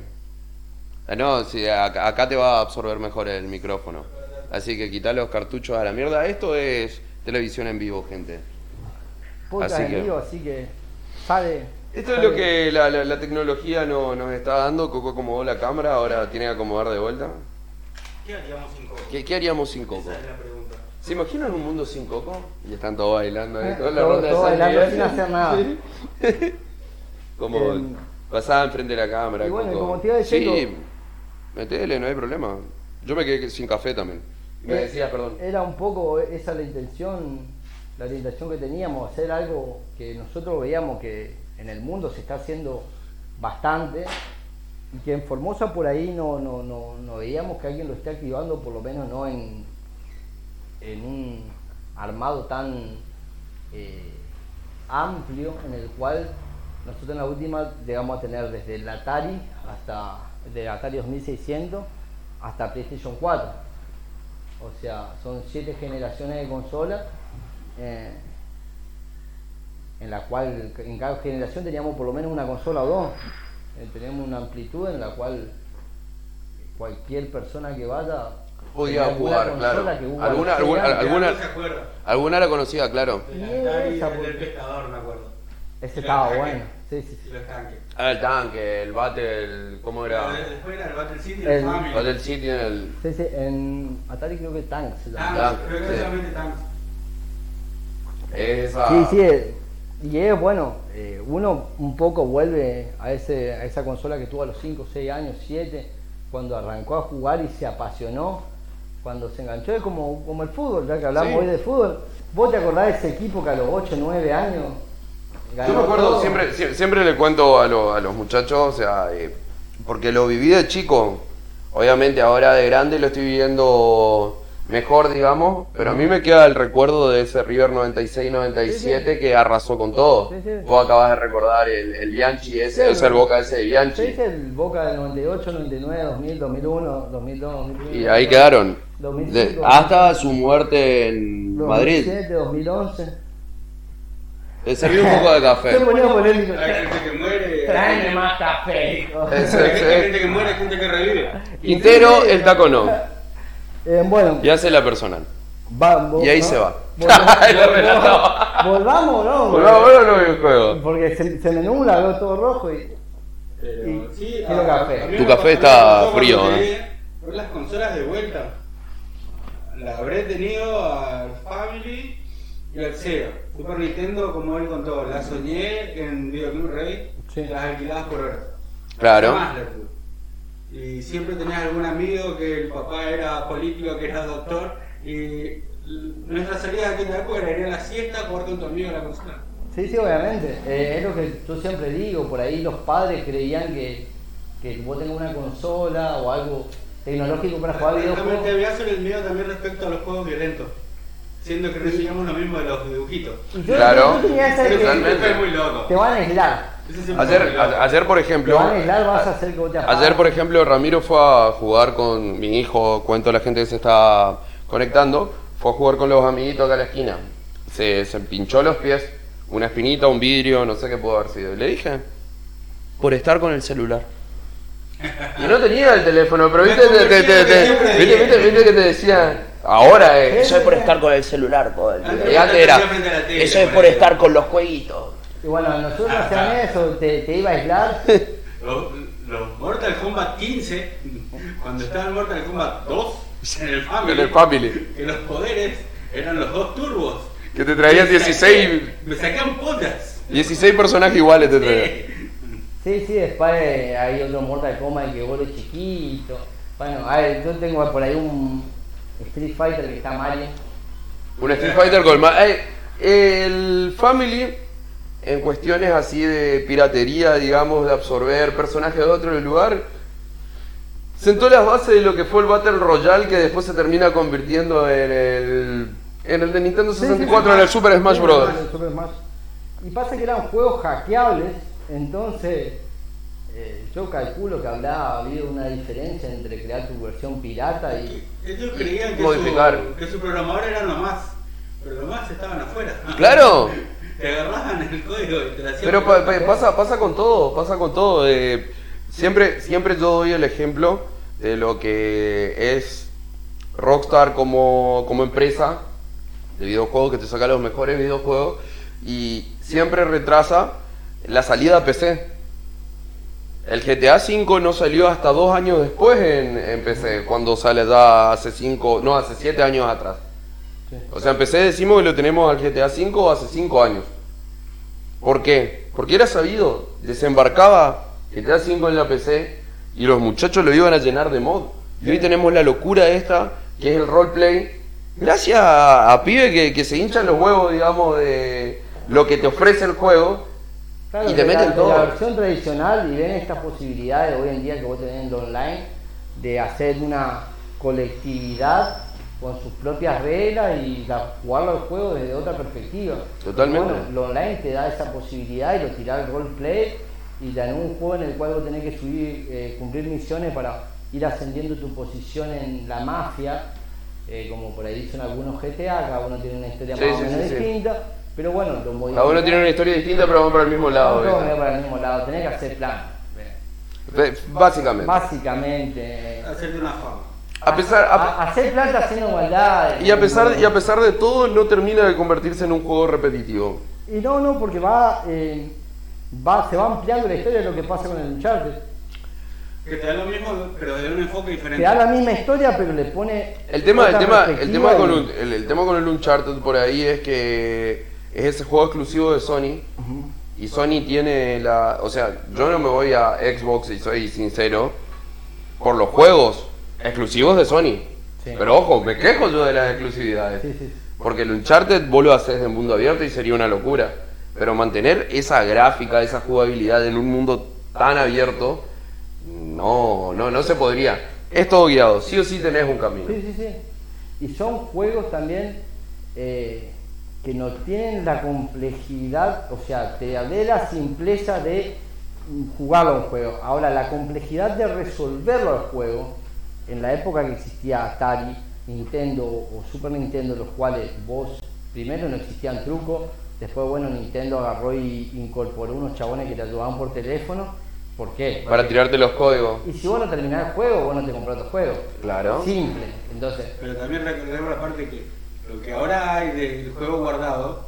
A: Eh, No, sí, acá, acá te va a absorber mejor el micrófono. Así que quitá los cartuchos a la mierda. Esto es televisión en vivo, gente.
B: Puta
A: Así
B: en
A: que-
B: vivo, así que sale.
A: Esto es
B: sale-
A: lo que la, la- la tecnología no- nos está dando. Coco acomodó la cámara, ahora tiene que acomodar de vuelta.
D: ¿Qué haríamos sin coco?
A: ¿Qué, qué haríamos sin Coco?
D: Esa es la pregunta.
A: ¿Se imaginan un mundo sin Coco? Y están todos bailando ahí,
B: Eh,
A: toda la
B: todos-
A: ronda de
B: todos
A: San
B: bailando
A: Miguel.
B: sin hacer nada.
A: Sí. como
B: Em,
A: pasaba enfrente de la cámara.
B: y bueno,
A: Coco.
B: como te iba
A: Sí,
B: diciendo-
A: metele, no hay problema. Yo me quedé sin café también. Y me
B: Eh,
A: decías, perdón.
B: Era un poco esa la intención, la orientación que teníamos, hacer algo que nosotros veíamos que en el mundo se está haciendo bastante y que en Formosa por ahí no, no, no, no veíamos que alguien lo esté activando, por lo menos no en, en un armado tan eh, amplio en el cual nosotros en la última llegamos a tener desde el Atari hasta de Atari 2600 hasta PlayStation 4. O sea, son siete generaciones de consolas eh, en la cual en cada generación teníamos por lo menos una consola o dos. Eh, tenemos una amplitud en la cual cualquier persona que vaya
A: Podía
B: tenía alguna
A: jugar,
B: consola
A: claro.
B: que hubo
A: Alguna-
B: antes,
A: alguna-
B: antes.
A: alguna-
D: ¿Se acuerda?
A: Alguna la conocía, claro.
D: De la
B: Ni
D: Atari,
B: esa,
D: del
B: porque-
D: pescador, me acuerdo.
B: Ese
D: Y
B: estaba
D: los
B: bueno.
D: tanques.
B: Sí, sí, sí.
D: Y los tanques.
A: Ah, el tanque, el battle, el- ¿cómo era?
D: Pero Después era el Battle City,
B: El-
D: el Family.
A: Battle City en el.
B: Sí, sí, en Atari creo que Tanks. se llama.
D: Tanks, creo que
A: sí.
D: solamente tanques.
A: Esa.
B: Sí, sí, eh, y es bueno, eh, uno un poco vuelve a, ese, a esa consola que tuvo a los 5, 6 años, 7, cuando arrancó a jugar y se apasionó, cuando se enganchó, es como, como el fútbol, ya que hablamos
A: Sí.
B: hoy de fútbol. ¿Vos te acordás de ese equipo que a los 8, 9 años ganó
A: Yo me acuerdo,
B: todo?
A: siempre, sie- siempre le cuento a, lo- a los muchachos, o sea, eh, porque lo viví de chico. Obviamente ahora de grande lo estoy viviendo mejor, digamos, pero a mí me queda el recuerdo de ese River 96-97 que arrasó con todo.
B: Sí, sí.
A: Vos acabas de recordar el, el Bianchi ese,
B: Sí,
A: o sea, el
B: no.
A: Boca ese de
B: Se
A: Bianchi.
B: dice el Boca del 98, 99, 2000, 2001, 2002, 2001.
A: Y ahí quedaron. De-
B: 2005,
A: hasta su muerte en Madrid.
B: 2007, 2011.
A: Te serví un poco de café.
B: Se ponía a poner-
D: La gente que muere.
B: Traeme más café. hijo.
A: Es-
D: La
A: es-
D: gente
A: es-
D: que muere es gente que revive.
A: Quintero, el taco no.
B: Eh, bueno,
A: Y hace la personal.
B: va, vo-
A: Y ahí
B: ¿no?
A: se va.
B: Volvamos,
A: Lo relataba.
B: volvamos, ¿no?
A: Bueno, ahora no veo el juego.
B: Porque se, se me nubla, veo todo rojo y.
D: Pero, sí,
B: Quiero
D: a-
B: café.
D: a mí
A: Tu
D: me
A: café
D: pasó
A: está
D: cuando
A: frío,
D: llegué,
A: ¿eh?
D: ver las consolas de vuelta. La habré tenido al Family y al Sega. Super Nintendo, como él contó, la soñé en Videoclub Rey,
B: Sí.
D: las alquiladas por hora.
A: Claro.
D: Jamás las tuve. Y siempre tenías algún amigo que el papá era político, que era doctor, y nuestra salida de aquella época era ir a la siesta a jugar con tu amigo a la consola.
B: Sí, sí, obviamente. Eh, es lo que yo siempre digo. Por ahí los padres creían que, que vos tengas una consola o algo tecnológico para jugar
D: También te
B: videojuegos.
D: voy a hacer el miedo también respecto a los juegos violentos, siendo que no enseñamos lo mismo de los dibujitos.
B: Y yo,
A: Claro.
B: yo tenía esa de que
A: Totalmente.
D: Ese es muy loco.
B: te van a aislar.
D: Ese es el
A: Ayer,
D: muy loco.
A: a- ayer, por
B: Te
A: ejemplo,
B: van a aislar, vas a hacer que vos te apagues.
A: ayer, por ejemplo, Ramiro fue a jugar con mi hijo, cuento a la gente que se está conectando, fue a jugar con los amiguitos acá a la esquina. Se, se pinchó los pies, una espinita, un vidrio, no sé qué pudo haber sido. Y le dije, por estar con el celular. Y no tenía el teléfono, pero viste, te- te- te- te- viste, viste- viste que te decía, Ahora es.
C: Eh,
B: ¿Eh?
C: Eso es por estar con el celular todo el día.
D: Antes
A: Y antes era.
D: tenía frente a la tele,
C: Eso es por
D: ponele.
C: estar con los jueguitos.
B: Y bueno, a nosotros no hacían eso, te, te iba a aislar.
D: Los, los Mortal Kombat 15, cuando estaba el Mortal Kombat 2 en el Family,
A: En el Family.
D: que los poderes eran los dos turbos.
A: Que te traían
D: Me saqué-
A: 16,
D: Me sacaban potas.
A: 16 personajes iguales te traían.
D: Sí.
B: Sí, sí, después eh, hay otro Mortal Kombat que vos eres chiquito. Bueno, a ver, yo tengo por ahí un Street Fighter que está mal. ¿eh?
A: Un Street Fighter con más. eh, el Family, en cuestiones así de piratería, digamos, de absorber personajes de otro lugar, sentó las bases de lo que fue el Battle Royale que después se termina convirtiendo en el. En el de Nintendo 64, en el Super Smash Bros.
B: Super Smash. Y pasa que eran juegos hackeables, entonces eh, yo calculo que habrá habido una diferencia entre crear tu versión pirata y...
D: Ellos creían que
A: Modificar.
D: su, que su programador era lo más. Pero lo más estaban afuera.
A: Claro.
D: Te agarraban el código y te lo hacían.
A: Pero pa- pa- pasa, pasa con todo, pasa con todo. eh, siempre, siempre yo doy el ejemplo de lo que es Rockstar como, como empresa de videojuegos que te saca los mejores videojuegos y siempre retrasa la salida a PC. El GTA V no salió hasta dos años después en, en PC, cuando sale ya hace cinco, no, hace siete años atrás. O sea, en PC decimos que lo tenemos al GTA V hace cinco años. ¿Por qué? Porque era sabido, desembarcaba GTA 5 en la PC y los muchachos lo iban a llenar de mod. Y hoy tenemos la locura esta, que es el roleplay. Gracias a, a pibe que, que se hinchan los huevos, digamos, de lo que te ofrece el juego. Y te
B: de
A: meten
B: la, de
A: todo.
B: la versión tradicional y ven estas posibilidades hoy en día que vos tenés en lo online de hacer una colectividad con sus propias reglas y la- jugarlo al juego desde otra perspectiva.
A: Totalmente.
B: Bueno, lo online te da esa posibilidad y lo tirar al roleplay y ya en un juego en el cual vos tenés que subir, eh, cumplir misiones para ir ascendiendo tu posición en la mafia, eh, como por ahí dicen algunos GTA, cada uno tiene una historia
A: Sí,
B: más o
A: sí,
B: menos
A: sí, sí.
B: distinta, pero bueno, lo
A: Cada uno tiene una historia distinta, pero van para el mismo lado.
B: todos
A: ¿viste?
B: medio para el mismo lado, tenés que hacer plan.
A: Fe- Básicamente.
B: Básicamente.
D: Hacerte una fama.
A: A pesar, a-
B: ha- hacer plata haciendo maldad.
A: y, a pesar, y a pesar de todo, no termina de convertirse en un juego repetitivo.
B: Y no, no, porque va, eh, va, se va ampliando la historia de lo que pasa con el Uncharted.
D: Que te da lo mismo, pero de un enfoque diferente.
B: Te da la misma historia, pero le pone.
A: El tema, el
B: otra
A: tema, el
B: perspectiva
A: tema con
B: y-
A: un- el, el tema con el Uncharted por ahí es que es ese juego exclusivo de Sony y Sony tiene la, o sea, yo no me voy a Xbox y soy sincero por los juegos exclusivos de Sony.
B: Sí.
A: Pero ojo, me quejo yo de las exclusividades.
B: Sí, sí.
A: Porque el Uncharted vos lo haces en mundo abierto y sería una locura. Pero mantener esa gráfica, esa jugabilidad en un mundo tan abierto, no, no, no se podría. Es todo guiado, sí o sí tenés un camino.
B: Sí, sí, sí. Y son juegos también eh, que no tienen la complejidad, o sea, te hablé de la simpleza de mm, jugarlo a un juego. Ahora, la complejidad de resolverlo al juego, en la época que existía Atari, Nintendo o Super Nintendo, los cuales vos, primero no existían trucos, después, bueno, Nintendo agarró y incorporó unos chabones que te ayudaban por teléfono. ¿Por qué?
A: Para tirarte los códigos.
B: Y si vos no terminás el juego, vos no te comprás otro juego.
A: Claro.
B: Simple. Entonces,
D: Pero también recordemos la parte que lo que ahora hay del juego guardado,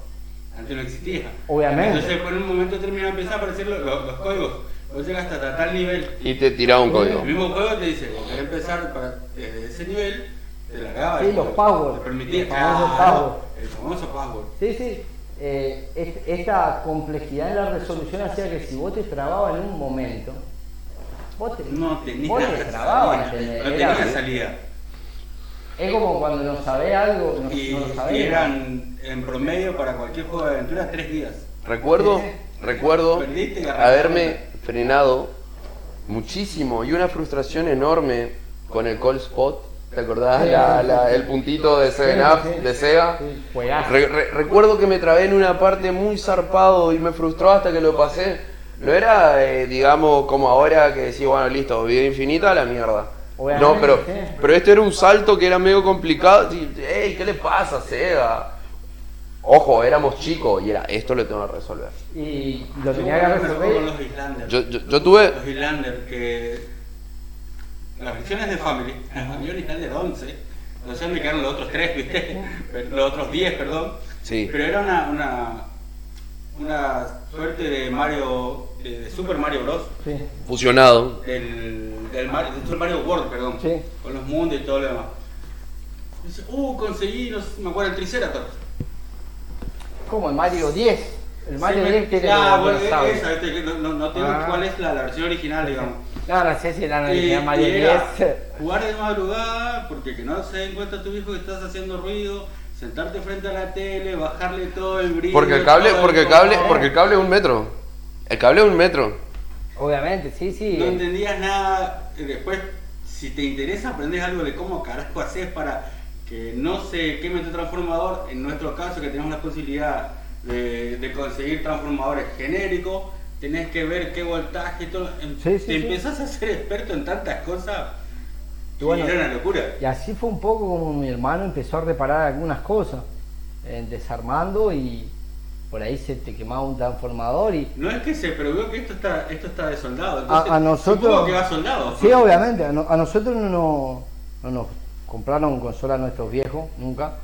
D: antes no existía.
B: Obviamente.
D: Entonces, por un momento termina empieza a aparecer lo- lo- los códigos. Vos llegas hasta tal nivel.
A: Y te tira un código.
D: El mismo juego te dice, vos querés empezar para- desde ese nivel, te la acaba.
B: Sí,
D: el
B: los
D: juego.
B: password.
D: Te permitía.
B: Los famosos
D: Claro,
B: password.
D: El famoso password.
B: Sí, sí. Eh, es- esta complejidad en la resolución hacía que si vos te trababas en un momento, vos te,
D: No tenía
B: vos te trababas.
D: salida.
B: ¿entendés?
D: No
B: Era-
D: tenía salida.
B: es como cuando no sabés algo, no,
D: Y,
B: no lo
D: y
B: sabés.
D: eran en promedio para cualquier juego de aventura tres días.
A: Recuerdo, recuerdo
D: Perdiste la
A: haberme
D: razón.
A: frenado muchísimo y una frustración enorme con el Cold Spot. ¿Te acordás?
B: Sí,
A: La-
B: sí,
A: la-
B: sí.
A: el puntito de Seven
B: Sí,
A: Up,
B: sí.
A: de Sega.
B: Sí, juegazo.
A: Re- re- recuerdo que me trabé en una parte muy zarpado y me frustró hasta que lo pasé. No era, eh, digamos, como ahora que decís, bueno, listo, vida infinita, a la mierda.
B: Obviamente,
A: no, pero,
B: sí.
A: pero este era un salto que era medio complicado. Sí, Ey, ¿qué le pasa, Sega? Ojo, éramos chicos y era, esto lo tengo que resolver.
B: Y lo tenía que
D: Con
B: resolver.
D: los Islanders.
A: Yo, yo- yo tuve,
D: Los Islander que. Las versiones de Family, la versión Islander 11, No sé dónde quedaron los otros tres, ¿viste? Pero- los otros diez, perdón.
A: Sí.
D: Pero era una, una, una suerte de Mario, de, de Super Mario Bros.
B: Sí,
A: Fusionado.
D: Del, del Mario, del Super Mario World, perdón.
B: Sí.
D: Con los mundos y todo lo demás. Y Dice, uh, conseguí, no sé, me acuerdo, el Triceratops.
B: como el Mario 10. El Mario
D: Sí, me-
B: 10 tiene
D: Ah,
B: los
D: bueno,
B: dinosaurios.
D: esa, viste, que no, no, no tengo
B: Ah.
D: cuál es la, la versión original, digamos.
B: No, no sé si era la
D: Y-
B: original Mario
D: y era
B: 10.
D: Eh, Jugar de madrugada, porque que no se den cuenta tu hijo que estás haciendo ruido, sentarte frente a la tele, bajarle todo el brillo.
A: Porque el cable,
D: todo el
A: porque el cable,
D: color.
A: porque el cable es un metro. El cable es un metro.
B: Obviamente, sí, sí.
D: No entendías nada. y Después, si te interesa, aprendes algo de cómo carajo haces para que no se queme tu transformador. En nuestro caso, que tenemos la posibilidad de, de conseguir transformadores genéricos, tenés que ver qué voltaje y todo. em-
B: Sí, sí,
D: te
B: sí.
D: empezás a ser experto en tantas cosas.
B: Y bueno,
D: y era una locura.
B: Y así fue un poco como mi hermano empezó a reparar algunas cosas, eh, desarmando y por ahí se te quemaba un transformador y
D: No es que se, pero veo que esto está, esto está de soldado.
B: a-
D: Entonces,
B: a, nosotros...
D: supongo que va soldado.
B: Sí, obviamente, a, no- a nosotros no, nos- no nos compraron consola a nuestros viejos, nunca,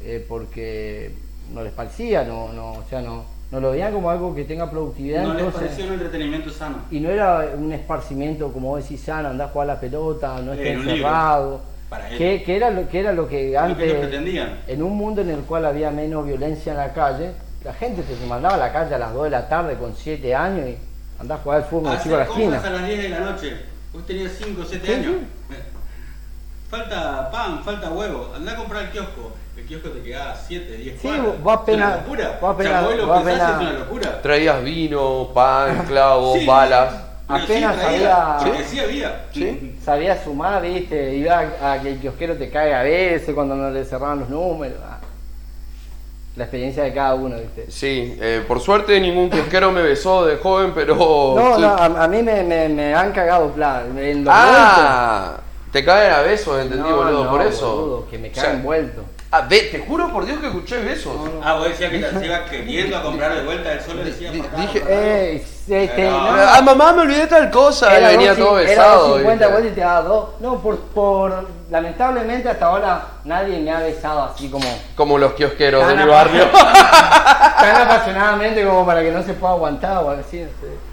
B: eh, porque no les parecía, no, no, o sea, no, no lo veían como algo que tenga productividad.
D: No les
B: entonces-
D: pareció un entretenimiento sano.
B: y no era un esparcimiento como vos decís, sano, andá a jugar a la pelota, no estés
D: Era un libro.
B: encerrado.
D: Para él.
B: Que, que era lo, que era lo que
D: Lo que
B: antes,
D: ellos pretendían.
B: en un mundo en el cual había menos violencia en la calle, la gente se mandaba a la calle a las 2 de la tarde con 7 años y andá a jugar al fútbol con el
D: Hacer
B: chico a la
D: compras a
B: esquina.
D: las 10 de la noche. Vos tenías 5 o 7
B: Sí,
D: años. Falta pan, falta huevo. Andá a comprar al kiosco. El kiosco te quedaba 7, 10
B: Sí,
D: cuadras.
B: vos
D: Es una
B: apenas-
D: locura.
B: vos apenas-
D: Ya, vos lo
B: vos
D: pensás,
B: apenas-
D: es una locura.
A: Traías vino, pan, clavos,
D: Sí,
A: balas.
D: pero sí
B: Apenas
D: traía,
B: había-
D: Porque sí había.
A: Sí.
B: Sabía sumar, viste, iba a, a que el kiosquero te caiga a veces cuando no le cerraban los números. ah. La experiencia de cada uno, viste.
A: Sí, eh, por suerte ningún kiosquero me besó de joven, pero.
B: No, no, a, a mí me, me- me han cagado plan. En los
A: ah, te caen a besos, entendí,
B: No,
A: boludo,
B: no,
A: por eso.
B: boludo, que me
A: O sea,
B: caen vuelto.
A: ah, ve, te juro por Dios que escuché besos.
D: Ah, vos decías que te ibas queriendo a comprar de vuelta el sol y decías
A: Di-
D: "Papá,
A: dije-
D: papá".
B: Eh, este,
D: no,
B: no,
A: Ah, mamá, me olvidé tal cosa.
B: era
A: y venía
B: dos cin-
A: todo
B: era
A: besado.
B: dos cincuenta
A: ¿viste?
B: vueltas y te daba dos. No, por, por. Lamentablemente hasta ahora nadie me ha besado así como.
A: Como los kiosqueros
B: Tan
A: del barrio.
B: Tan apasionadamente como para que no se pueda aguantar o algo así. no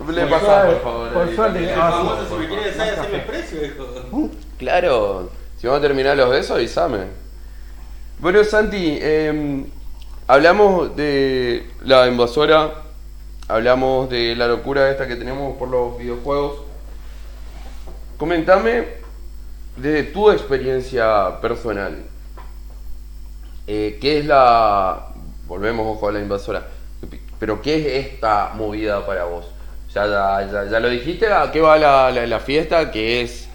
B: sé.
A: Le
B: Por
A: pasás,
B: suerte-
A: por favor,
B: Por
A: ahí
B: suerte.
D: El
A: también.
B: ah,
D: famoso,
B: sí.
D: si me quieres besar,
B: Más
D: haceme
B: café.
D: precio, hijo.
A: Claro, si vamos a terminar los besos, avísame. Bueno, Santi, eh, hablamos de la invasora, hablamos de la locura esta que tenemos por los videojuegos. Comentame desde tu experiencia personal, eh, ¿qué es la... Volvemos, ojo, a la invasora. Pero ¿qué es esta movida para vos? Ya, ya, ya- ya lo dijiste, ¿a qué va la, la- la fiesta? Que es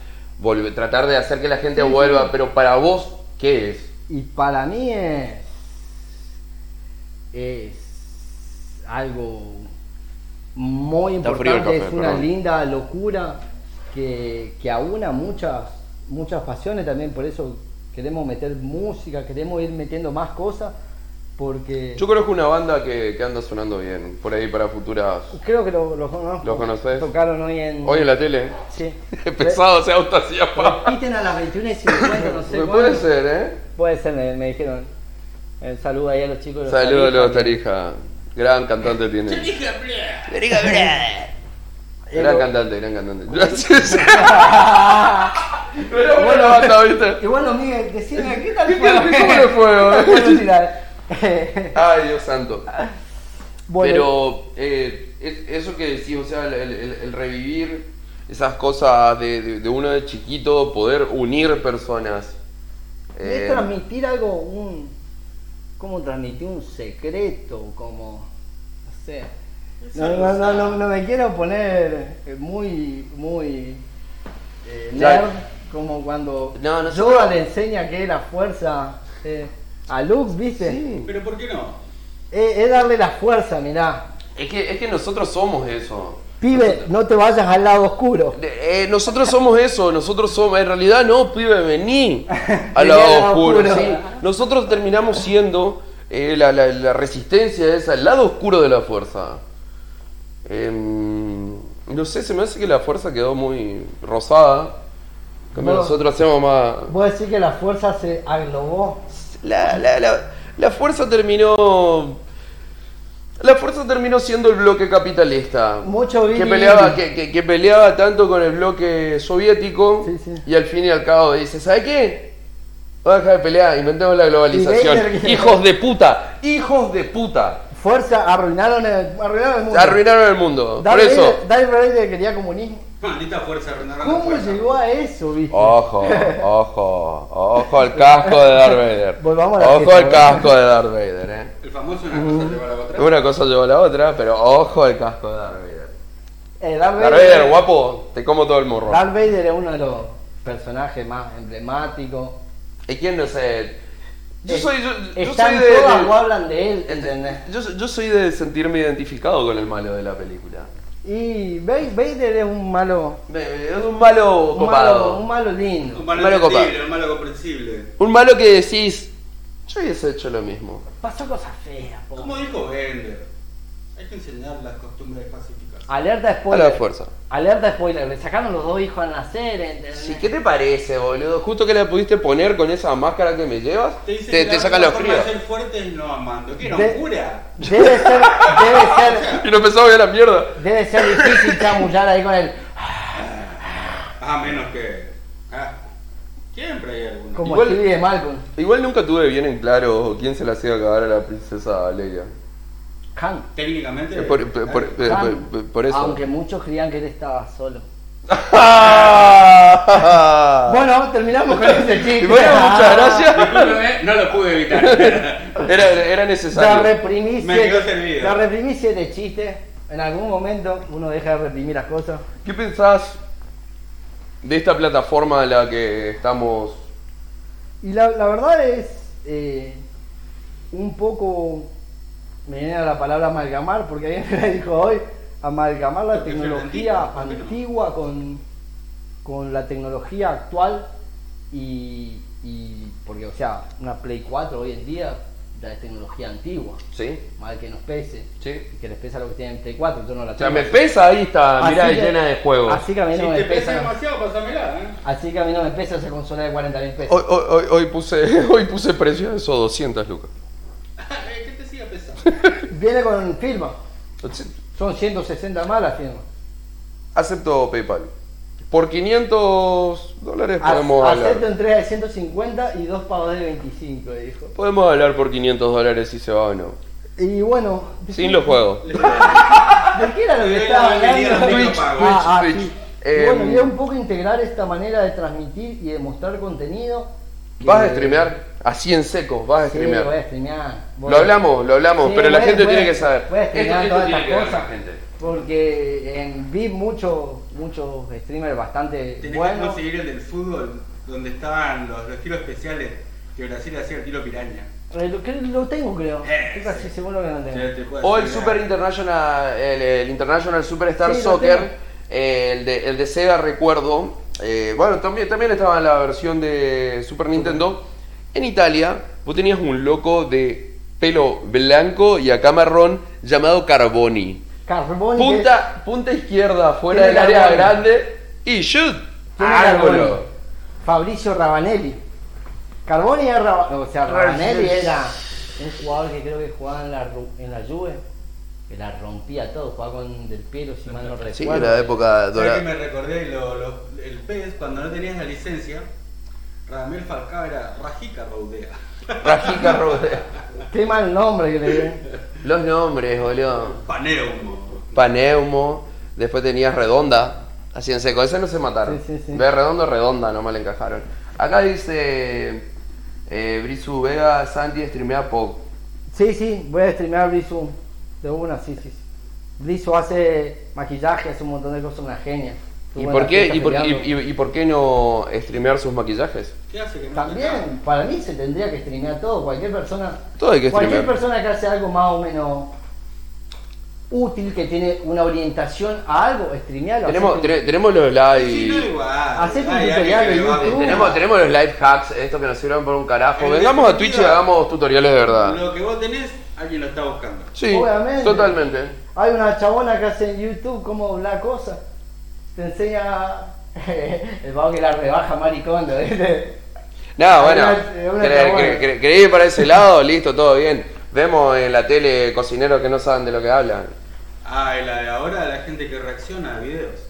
A: volve- tratar de hacer que la gente vuelva, pero para vos, ¿qué es?
B: Y para mí es. Es algo muy
A: Está frío el
B: importante,
A: café,
B: es una
A: perdón.
B: linda locura que, que aúna muchas, muchas pasiones también, por eso queremos meter música, queremos ir metiendo más cosas, porque
A: Yo conozco una banda que, que anda sonando bien, por ahí para futuras...
B: creo que lo, lo conozco.
A: ¿Lo conoces?
B: Tocaron hoy en...
A: Hoy en la tele.
B: Sí.
A: Pesado, se auto hacía pa-
B: Repiten a las 21.50, no sé
A: Me
B: cuándo.
A: puede ser, ¿eh?
B: Puede ser, me, me dijeron. Eh, saludo ahí a los chicos. de los
A: Saludos a los
B: Tarijas.
A: Tarija. Gran cantante tiene. Gran cantante, gran cantante. No era buena
B: Bueno.
A: banda, ¿viste?
B: Y bueno, Miguel, decime, ¿qué tal
A: ¿Qué
B: fue?
A: tal? ¿Cómo le fue, boludo?
B: ¿Qué tal fue la
A: Ay, Dios santo.
B: Bueno,
A: Pero eh, es- eso que decís, o sea, el, el- el revivir esas cosas de, de- de uno de chiquito, poder unir personas.
B: es
A: Eh,
B: transmitir algo, un... ¿Cómo transmitir un secreto? Como... No sé. No, no, no, no, no me quiero poner eh, muy, muy... eh,
A: Ya.
B: nerd, como cuando
A: No, no sé,
B: Yoda
A: pero-
B: le enseña que la fuerza eh, a Luke, ¿viste?
D: Pero ¿por qué no?
B: Es, es darle la fuerza, mirá.
A: es, que, es que nosotros somos eso.
B: Pibe, no te vayas al lado oscuro.
A: Eh, nosotros somos eso, nosotros somos, en realidad no, pibe, vení al
B: Vení al
A: lado
B: lado
A: oscuro.
B: oscuro.
A: sí. Nosotros terminamos siendo eh, la, la- la resistencia esa, el lado oscuro de la fuerza. Em, no sé, se me hace que la fuerza quedó muy rosada. cambio,
B: Bueno.
A: nosotros hacemos más.
B: Voy a decir que la fuerza se aglobó.
A: La, la- la- la fuerza terminó. La fuerza terminó siendo el bloque capitalista.
B: Mucho
A: que
B: Billy
A: peleaba,
B: Billy.
A: que, que- que peleaba tanto con el bloque soviético.
B: Sí, sí.
A: Y al fin y al cabo dice: ¿Sabe qué? Voy a dejar de pelear, inventemos la globalización.
B: Y Later-
A: ¡Hijos de puta! ¡Hijos de puta!
B: Fuerza, arruinaron el, arruinaron el mundo.
A: Arruinaron el mundo.
B: Darth
A: Por eso.
B: Vader- Darth Vader quería comunismo.
D: Maldita Ah, fuerza, arruinaron la
B: ¿Cómo
D: fuerza.
B: llegó a eso, viste?
A: Ojo, ojo, ojo al casco de Darth Vader.
B: Volvamos a la
A: ojo
B: fiesta,
A: al
B: ¿no?
A: casco de Darth Vader, eh.
D: El famoso una cosa lleva a la otra.
A: Una cosa llevó a la otra, pero ojo al casco de Darth Vader.
B: Eh, Darth
A: Darth Vader, guapo, te como todo el morro.
B: Darth Vader es uno de los personajes más emblemáticos.
A: ¿Y quién no sé? Yo
B: Es-
A: soy, yo, yo
B: Están
A: soy de,
B: todas
A: de-
B: o hablan de él, ¿entendés?
A: yo, soy- yo soy de sentirme identificado con el malo de la película.
B: Y Ba- Vader es un malo.
A: Es un malo
B: Un malo,
A: copado.
B: un malo lindo.
D: Un malo,
A: Malo copado.
D: comprensible, un malo comprensible.
A: Un malo que decís, yo hubiese hecho lo mismo.
B: Pasó cosas feas, po.
D: Como dijo Bender, hay que enseñar las costumbres pacíficas.
B: Alerta
A: A
B: spoiler.
A: la fuerza.
B: Alerta spoiler. Le sacaron los dos hijos al nacer, ¿entendés?
A: Sí, ¿qué te parece, boludo? Justo que la pudiste poner con esa máscara que me llevas, te,
D: dicen
A: te,
D: que la
A: sacan
D: única
A: los
D: forma de
A: fríos.
D: ser fuerte es no amando.
B: De-
D: ¡Qué locura!
B: Debe ser, debe ser,
A: Y no pensaba que la mierda.
B: debe ser difícil chamullar ahí con el.
D: A menos que. ah, siempre hay alguno.
B: Como
A: Igual-
B: Stevie de Malcolm.
A: Igual nunca tuve bien en claro quién se la hacía acabar a la princesa Leia.
B: Han.
D: Técnicamente.
A: Eh, Por, por, por- eh,
B: Han.
A: por- por- por eso.
B: Aunque muchos creían que él estaba solo.
A: bueno,
B: Bueno, terminamos con ese chiste.
A: bueno, muchas gracias.
D: Discúlpeme, no lo pude evitar.
A: Era, era
B: Ya
A: necesario.
B: reprimí
D: Me
B: siete-
D: quedó servido.
B: ya reprimí siete chistes. En algún momento uno deja de reprimir las cosas.
A: ¿Qué pensás de esta plataforma a la que estamos?
B: Y la, la verdad es eh, un poco, me viene a la palabra amalgamar, porque alguien me la dijo hoy, amalgamar la
D: Porque es
B: tecnología
D: antigua, ¿por qué no?
B: antigua con, con la tecnología actual y, y- porque, o sea, una Play 4 hoy en día ya es tecnología antigua,
A: ¿Sí?
B: mal que nos pese,
A: ¿Sí?
B: y que les pesa lo que tienen Play 4, yo no la
A: O sea,
B: tengo.
A: me pesa, ahí está,
B: Así
A: mirá,
B: que-
A: llena de juegos.
B: Así que a mí
D: Si
B: no me
D: te pesa
B: pesa.
D: demasiado, pasámela, ¿eh?
B: Así que a mí no me pesa esa consola de 40 mil pesos.
A: Hoy, hoy, hoy, hoy puse, hoy puse precio de eso, 200 lucas.
D: Eh, ¿Qué te sigue pesando?
B: Viene con firma. Son 160 más la firma.
A: Acepto PayPal. Por 500 dólares
B: A-
A: podemos
B: Acepto
A: hablar.
B: entrega de 150 y dos pagos de 25, dijo.
A: Podemos hablar por 500 dólares si se va o no.
B: Y bueno. ¿de
A: Sin
B: qué-
A: los juegos.
B: ¿De qué era lo que
D: Eh,
B: estaba
D: la
B: hablando?
D: bienvenida,
A: Twitch, Twitch,
B: Ah, ah,
A: Twitch.
B: sí. Y
A: Eh,
B: bueno, quería un poco integrar esta manera de transmitir y de mostrar contenido. que-
A: ¿Vas a streamear? Así en seco, vas a
B: Sí, voy a
A: streamear.
B: streamear. Voy
A: Ah, Lo
B: a-
A: hablamos, lo hablamos,
B: Sí,
A: pero la
B: voy a-
A: gente
B: voy a-
A: tiene que saber.
B: Voy a streamear
A: Esto-
B: todas
A: esto tiene
B: estas
A: que ver
B: cosas.
A: la gente.
B: Porque en, vi muchos muchos streamers bastante
D: Tenés que
B: buenos.
D: conseguir el del fútbol, donde estaban los, los tiros especiales, que Brasil hacía el tiro piraña.
B: Eh, Lo, creo- lo tengo, creo.
D: Eh,
B: Estoy casi
D: sí.
B: seguro que no tengo.
D: Ya te puedo
A: O el
D: decir,
A: Super
D: ah,
A: International, el, el International Superstar
B: Sí, lo tengo.
A: Soccer, eh, el, de, el de Sega recuerdo. eh, bueno, también, también estaba en la versión de Super Nintendo. En Italia, vos tenías un loco de pelo blanco y acá marrón llamado Carboni.
B: Carbón.
A: Punta, punta izquierda fuera
B: Tiene
A: del área
B: Carboni.
A: grande y shoot.
B: Tiene Carboni.
A: Ángulo.
B: Fabricio Rabanelli. Carboni era Raba- no, o sea,
A: Ra-
B: Rabanelli
A: sí.
B: era un jugador que creo que jugaba en la, Ru- en la Juve, que la rompía todo, jugaba con Del Piero, si mal no recuerdo.
A: Sí, era época
D: ¿sabés
A: dorada.
D: que me recordé Lo- lo- el PES, cuando no tenías la licencia, Ramel Falcao era Rajica Raudea.
A: Rajica Rodríguez.
B: Qué mal nombre que le dieron.
A: Los nombres, boludo.
D: Paneumo.
A: Paneumo, después tenías Redonda, así en seco, ese no se mataron.
B: Sí, sí, sí.
A: Ve Redondo, Redonda, no mal encajaron. Acá dice eh, Brizu Vega, Sandy streamea Pog.
B: Sí, sí, voy a streamear Blizzum de una, sí, sí. sí. Blizzum hace maquillaje, hace un montón de cosas, una genia.
A: ¿Y
B: Estuvo en
A: por,
B: la
A: qué,
B: fiesta
A: y, por, y-
B: peleando.
A: y- y por qué no streamear sus maquillajes?
D: ¿Qué hace que no te
B: También, para mí se tendría que streamear todo, cualquier persona.
A: Todo hay que
B: cualquier
A: streamear.
B: persona que hace algo más o menos útil, que tiene una orientación a algo, streamearlo.
A: Tenemos,
B: hacer-
A: tre- tenemos los live.
D: Sí, no igual.
B: Hacete un
D: Ay, ay,
B: tutorial
D: que
B: de
D: le va
B: YouTube.
D: bien.
A: Tenemos, tenemos los live hacks, estos que nos sirven por un carajo.
D: En
A: Vengamos a Twitch
D: definitiva,
A: y hagamos tutoriales de verdad.
D: Lo que vos tenés, alguien lo está buscando.
A: Sí,
B: Obviamente.
A: totalmente.
B: Hay una chabona que hace en YouTube cómo doblar cosas. Te enseña El vago que la rebaja maricondo, ¿viste?
A: No,
B: Es
A: bueno,
B: una- es una
A: cre-
B: chabona.
A: cre- cre- creí para ese lado, listo, todo bien. Vemos en la tele cocineros que no saben de lo que hablan.
D: Ah, y la de ahora, la gente que reacciona a videos.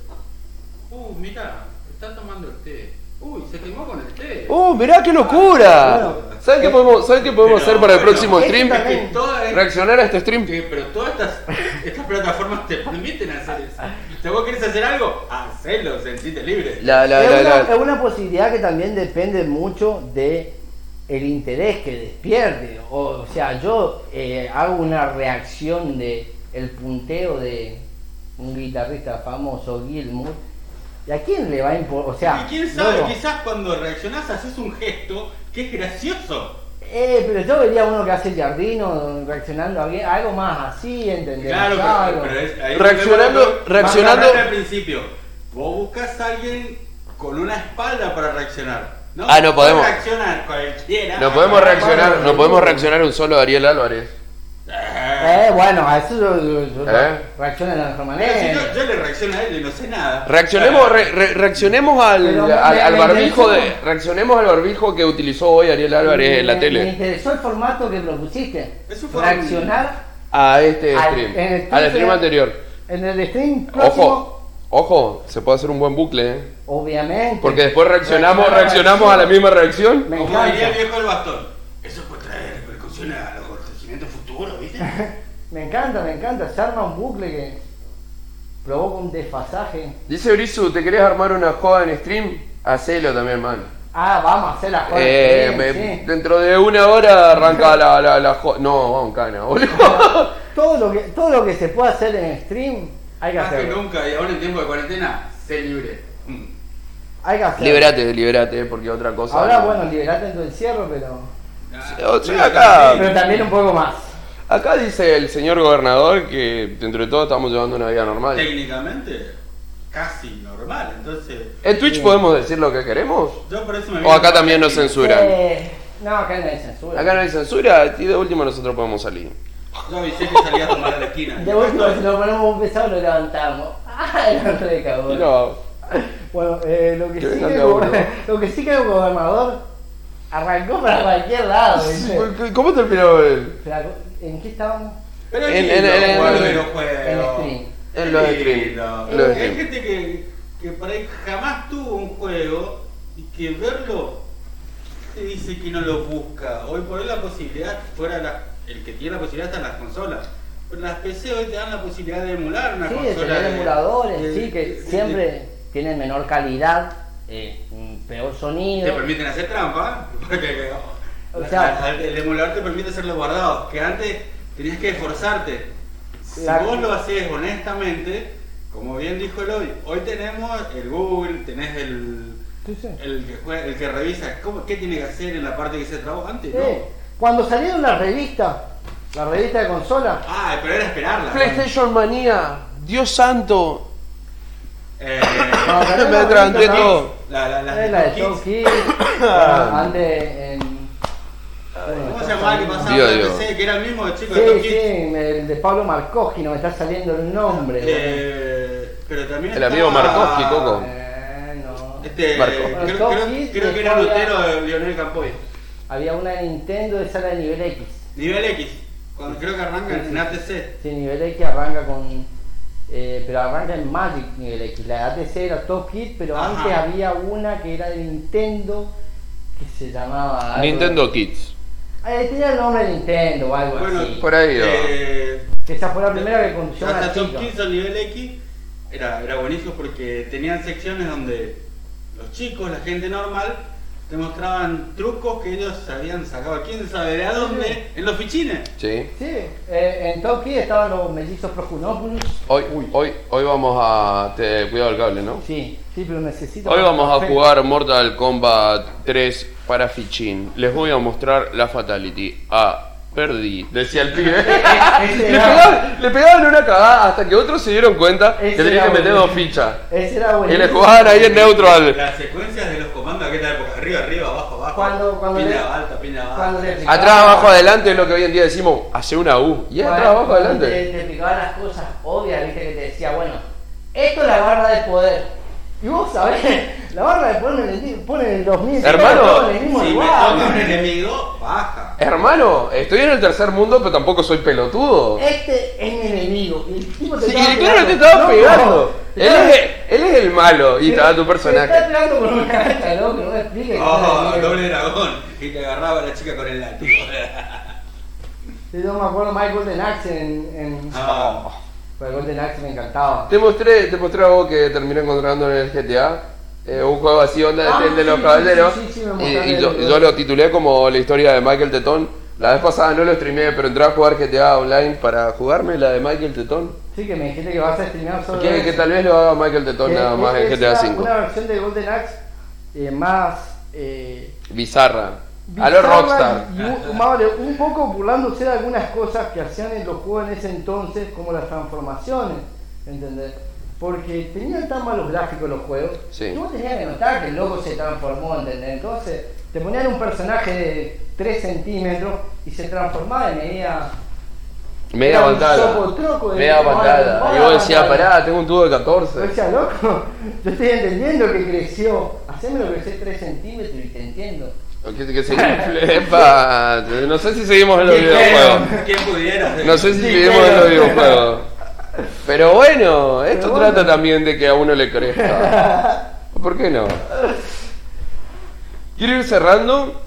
D: Uh, mira, está tomando el té. Uy, se quemó con el té.
A: ¡Oh, mirá qué
B: Ah,
A: locura!
D: Bueno,
A: ¿Sabes qué podemos, ¿sabes qué podemos
D: pero
A: hacer para el
D: bueno,
A: próximo
B: esto
A: stream?
D: Es que toda- es-
A: Reaccionar a este stream.
D: que- pero todas estas, estas plataformas te permiten hacer eso. Si vos querés hacer algo, hacelo, sentite libre.
A: La, la,
B: es,
A: la,
B: una,
A: la-
B: es una posibilidad que también depende mucho de el interés que despierte. O, o sea, yo eh, hago una reacción de el punteo de un guitarrista famoso, Gilmour. ¿Y a quién le va a importar? O sea,
D: y quién sabe,
B: bueno,
D: quizás cuando reaccionás haces un gesto que es gracioso.
B: eh, pero yo vería uno que hace el jardino reaccionando a alguien- algo más así, ¿entendés?
D: Claro,
B: Algo.
D: pero, pero es, ahí
A: Reaccionando-
D: volvemos a lo-
A: reaccionando-
D: más que hablaste al principio. Vos buscas a alguien con una espalda para reaccionar. ¿no?
A: Ah, no podemos.
D: Reaccionar cualquiera.
A: no podemos
D: Ah,
A: reaccionar,
B: bueno,
A: no podemos reaccionar un solo Ariel Álvarez.
D: Ah.
B: Eh, bueno, a eso yo, yo- yo
A: ¿Eh?
B: reacciono de la mejor
D: Pero si
B: manera.
D: yo, yo le reacciono a él y no sé nada.
A: Reaccionemos,
D: Ah.
A: re- re- reaccionemos al,
B: Pero me-
A: al, al
B: me
A: barbijo de,
B: interesa.
A: reaccionemos al barbijo que utilizó hoy Ariel Álvarez en la
B: Me- Me
A: tele.
B: interesó el formato que propusiste.
D: Es un formato-
B: Reaccionar
A: A este
B: Al-
A: stream,
B: en el
A: al
B: stream
A: stream
B: se-
A: anterior.
B: en el stream próximo.
A: Ojo, ojo, se puede hacer un buen bucle, ¿eh?
B: Obviamente.
A: porque después reaccionamos,
B: Reaccionar
A: reaccionamos a la misma reacción.
B: Me
D: Como diría el
B: encanta.
D: viejo del bastón. Eso puede traer repercusiones a los acontecimientos futuros, ¿viste?
B: Me encanta, me encanta. Se arma un bucle que provoca un desfasaje.
A: Dice Brisu, ¿te querés armar una joda en stream? Hacelo también, man.
B: Ah, vamos a hacer la joda.
A: Eh,
B: Sí,
A: me-
B: sí.
A: Dentro de una hora arranca la, la, la jo- No, vamos, cana, boludo.
B: Todo lo que todo lo que se puede hacer en stream hay que
D: Más que
B: hacerlo.
D: nunca, y ahora en tiempo de cuarentena, sé libre. Mm.
B: Hay que hacerlo.
A: liberate, liberate, eh, porque otra cosa.
B: Ahora
A: no.
B: bueno, liberate en tu encierro, pero
D: Ah,
A: Sí, o sea,
D: mira,
A: acá-
D: también.
B: pero también un poco más.
A: Acá dice el señor gobernador que dentro de todo estamos llevando una vida normal.
D: Técnicamente, casi normal. Entonces,
A: ¿En Twitch podemos decir lo que queremos?
D: yo por eso me
A: ¿O acá
D: vine-
A: también nos censuran?
B: Eh, no, acá no hay censura.
A: Acá no hay censura y de último nosotros podemos salir.
D: Yo avisé que salía a tomar a la esquina.
B: De último, si lo ponemos un pesado, lo levantamos. Ay, no se le cagó.
A: No.
B: Bueno, eh, lo, que
A: Que
B: sí
A: vengan
B: que
A: de
B: el go-
A: a uno.
B: lo que sí que el gobernador arrancó para cualquier lado, ¿viste?
A: ¿Cómo terminó el...?
B: Pero, ¿En qué estábamos?
D: Pero es
A: En-
D: lindo
A: en- en-
D: jugar
A: en-
D: videojuegos.
B: en stream.
A: En los
D: Es
A: stream,
D: lindo.
A: en los
D: Hay
A: stream.
D: gente que, que por ahí jamás tuvo un juego y que verlo te dice que no lo busca. Hoy por hoy la posibilidad, fuera la- el que tiene la posibilidad está en las consolas. Pero las PC hoy te dan la posibilidad de emular una
B: Sí, de
D: consola.
B: tener
D: de-
B: emuladores,
D: de-
B: sí, que
D: de-
B: siempre tienen menor calidad, eh, un peor
D: Te
B: sonido.
D: permiten hacer trampa, porque
B: O
D: la-
B: sea-
D: la- el emulador te permite hacer los guardados, que antes tenías que esforzarte. Si
B: La-
D: vos lo haces honestamente, como bien dijo Eloy, hoy tenemos el Google, tenés el,
B: Sí, sí.
D: el, que, jue- el que revisa cómo, qué tiene que hacer en la parte que se trabó antes,
B: Sí.
D: ¿no?
B: Cuando salieron las revistas, la revista de consola,
D: Ah, pero era esperarla.
A: PlayStation Manía, Dios santo.
D: Eh,
B: cuando
A: Me
B: salieron las
A: atraganté
B: revistas,
A: todo.
D: la, la, la,
B: Eh, la de
D: Kids.
B: Top Kids, bueno, antes en... bueno,
D: ¿Cómo se
B: está
D: llamaba que
B: saliendo.
D: pasaba
A: Dios,
D: por la
A: Dios.
D: PC? Que era el mismo chico de Top
B: Sí,
D: Kids.
B: sí, me- el de Pablo Marcoschi, no me está saliendo el nombre. boludo.
D: Eh, pero también
A: El amigo
D: estaba-
A: Markovsky, Coco.
B: Eh, no.
D: Este,
A: Marco.
D: Creo, creo-
B: Markovsky,
D: creo
B: después
D: que era
B: había-
D: Lutero de Lionel Campoy.
B: Había una de Nintendo, esa era de nivel X.
D: Nivel X. Cuando creo que arranca
B: Sí,
D: en
B: sí.
D: ATC.
B: Sí, nivel X arranca con. eh, pero arranca en Magic nivel X. La ATC era Top Hit, pero
D: Ajá.
B: antes había una que era de Nintendo que se llamaba. algo-
A: Ah, Nintendo Kids.
B: Eh, tenía el nombre de Nintendo o algo
D: Bueno,
B: así.
A: Por ahí,
D: eh,
B: Que esa fue la primera que conoció una
D: Hasta Top
B: chica.
D: 15 al nivel X era, era buenísimo porque tenían secciones donde los chicos, la gente normal, te mostraban trucos que ellos habían sacado quién sabe de a dónde en los fichines.
A: Sí.
B: Sí, eh, en Top Hit estaban los mellizos Procunopoulos.
A: Hoy, hoy, hoy vamos a... Te, cuidado el cable, ¿no?
B: Sí, sí, pero necesito.
A: Hoy vamos a
B: café.
A: jugar Mortal Kombat 3 para Fichín. Les voy a mostrar la Fatality. Ah, perdí. Decía el pibe.
B: Ese
A: le,
B: era-
A: pegaban, le pegaban una cagada hasta que otros se dieron cuenta que
B: Ese
A: tenían
B: era
A: que meter
B: buenísimo.
A: dos fichas.
B: Ese era
A: Y
B: buenísimo.
A: le jugaban ahí en neutro al.
D: Las secuencias de los comandos de aquella época, arriba, arriba, abajo, abajo.
B: Cuando- cuando
D: piña
B: le-
D: alta, piña baja.
B: cuando le-
A: Atrás, abajo, adelante es lo que hoy en día decimos. Hace una U. Y atrás,
B: Bueno, eh,
A: abajo, adelante.
B: Te, te picaban las cosas obvias, viste, que te decía, bueno, esto es la barra de poder, Y vos sabés, la barra de poner el, di- pone el 2000.
A: Hermano,
B: todo en el mismo
D: Si me
B: lugar.
D: toca un enemigo, baja.
A: Hermano, estoy en el tercer mundo, pero tampoco soy pelotudo.
B: Este es mi enemigo. Y el tipo te
A: Sí,
B: estaba
A: claro, te
B: pegando.
A: estaba
B: Loco,
A: pegando.
B: te
A: Él
B: estaba-
A: es, él es el malo y
B: te-
A: estaba tu
B: Te está
A: personaje.
B: pegando con una caja, loco, no me expliques.
D: Oh,
B: Te-
D: doble dragón. Y te agarraba a la chica con el látigo.
B: Sí, yo me acuerdo más de Golden Axe en. en...
D: Ah.
B: Pero Golden Axe me encantaba.
A: Te mostré, te mostré algo que terminé encontrando en el GTA. eh, un juego así, onda
B: Ah,
A: de, de los
B: sí,
A: caballeros.
B: sí, sí, sí, me
A: y
B: mostraste
A: y yo,
B: el-
A: yo lo titulé como la historia de Michael Tetón. La vez pasada no lo streameé, pero entré a jugar GTA Online para jugarme la de Michael Tetón.
B: Sí, que me dijiste que vas a streamear solo.
A: Que,
B: eso.
A: que tal vez lo haga Michael Tetón
B: Ah, Que-
A: nada
B: que
A: más en
B: es
A: GTA
B: una-
A: V.
B: Una versión de Golden Axe eh, más. Eh,
A: Bizarra. A los
B: bizarra
A: Rockstar.
B: Y un, madre, un poco burlándose de algunas cosas que hacían en los juegos en ese entonces, como las transformaciones, ¿entendés? Porque tenían tan malos gráficos los juegos,
A: Sí.
B: que vos tenías que notar que el loco se transformó, ¿entendés? Entonces, te ponían un personaje de 3 centímetros y se transformaba de medida.
A: Media
B: Era un
A: pantalla.
B: sopo troco de- Ah,
A: Media
B: de-
A: pantalla.
B: de-
A: Y vos decías,
B: de-
A: pará, tengo un tubo de 14.
B: O sea, loco, yo estoy entendiendo que creció, hacémelo crecer 3 centímetros y te entiendo.
A: Que, que se infle, epa. No sé si seguimos en los
B: Dijeron.
A: videojuegos.
D: ¿Quién pudiera?
A: No sé si
B: Dijeron.
A: seguimos en los videojuegos. Pero bueno, esto
B: Pero
A: trata
B: bueno.
A: también de que a uno le crezca. ¿Por qué no? Quiero ir cerrando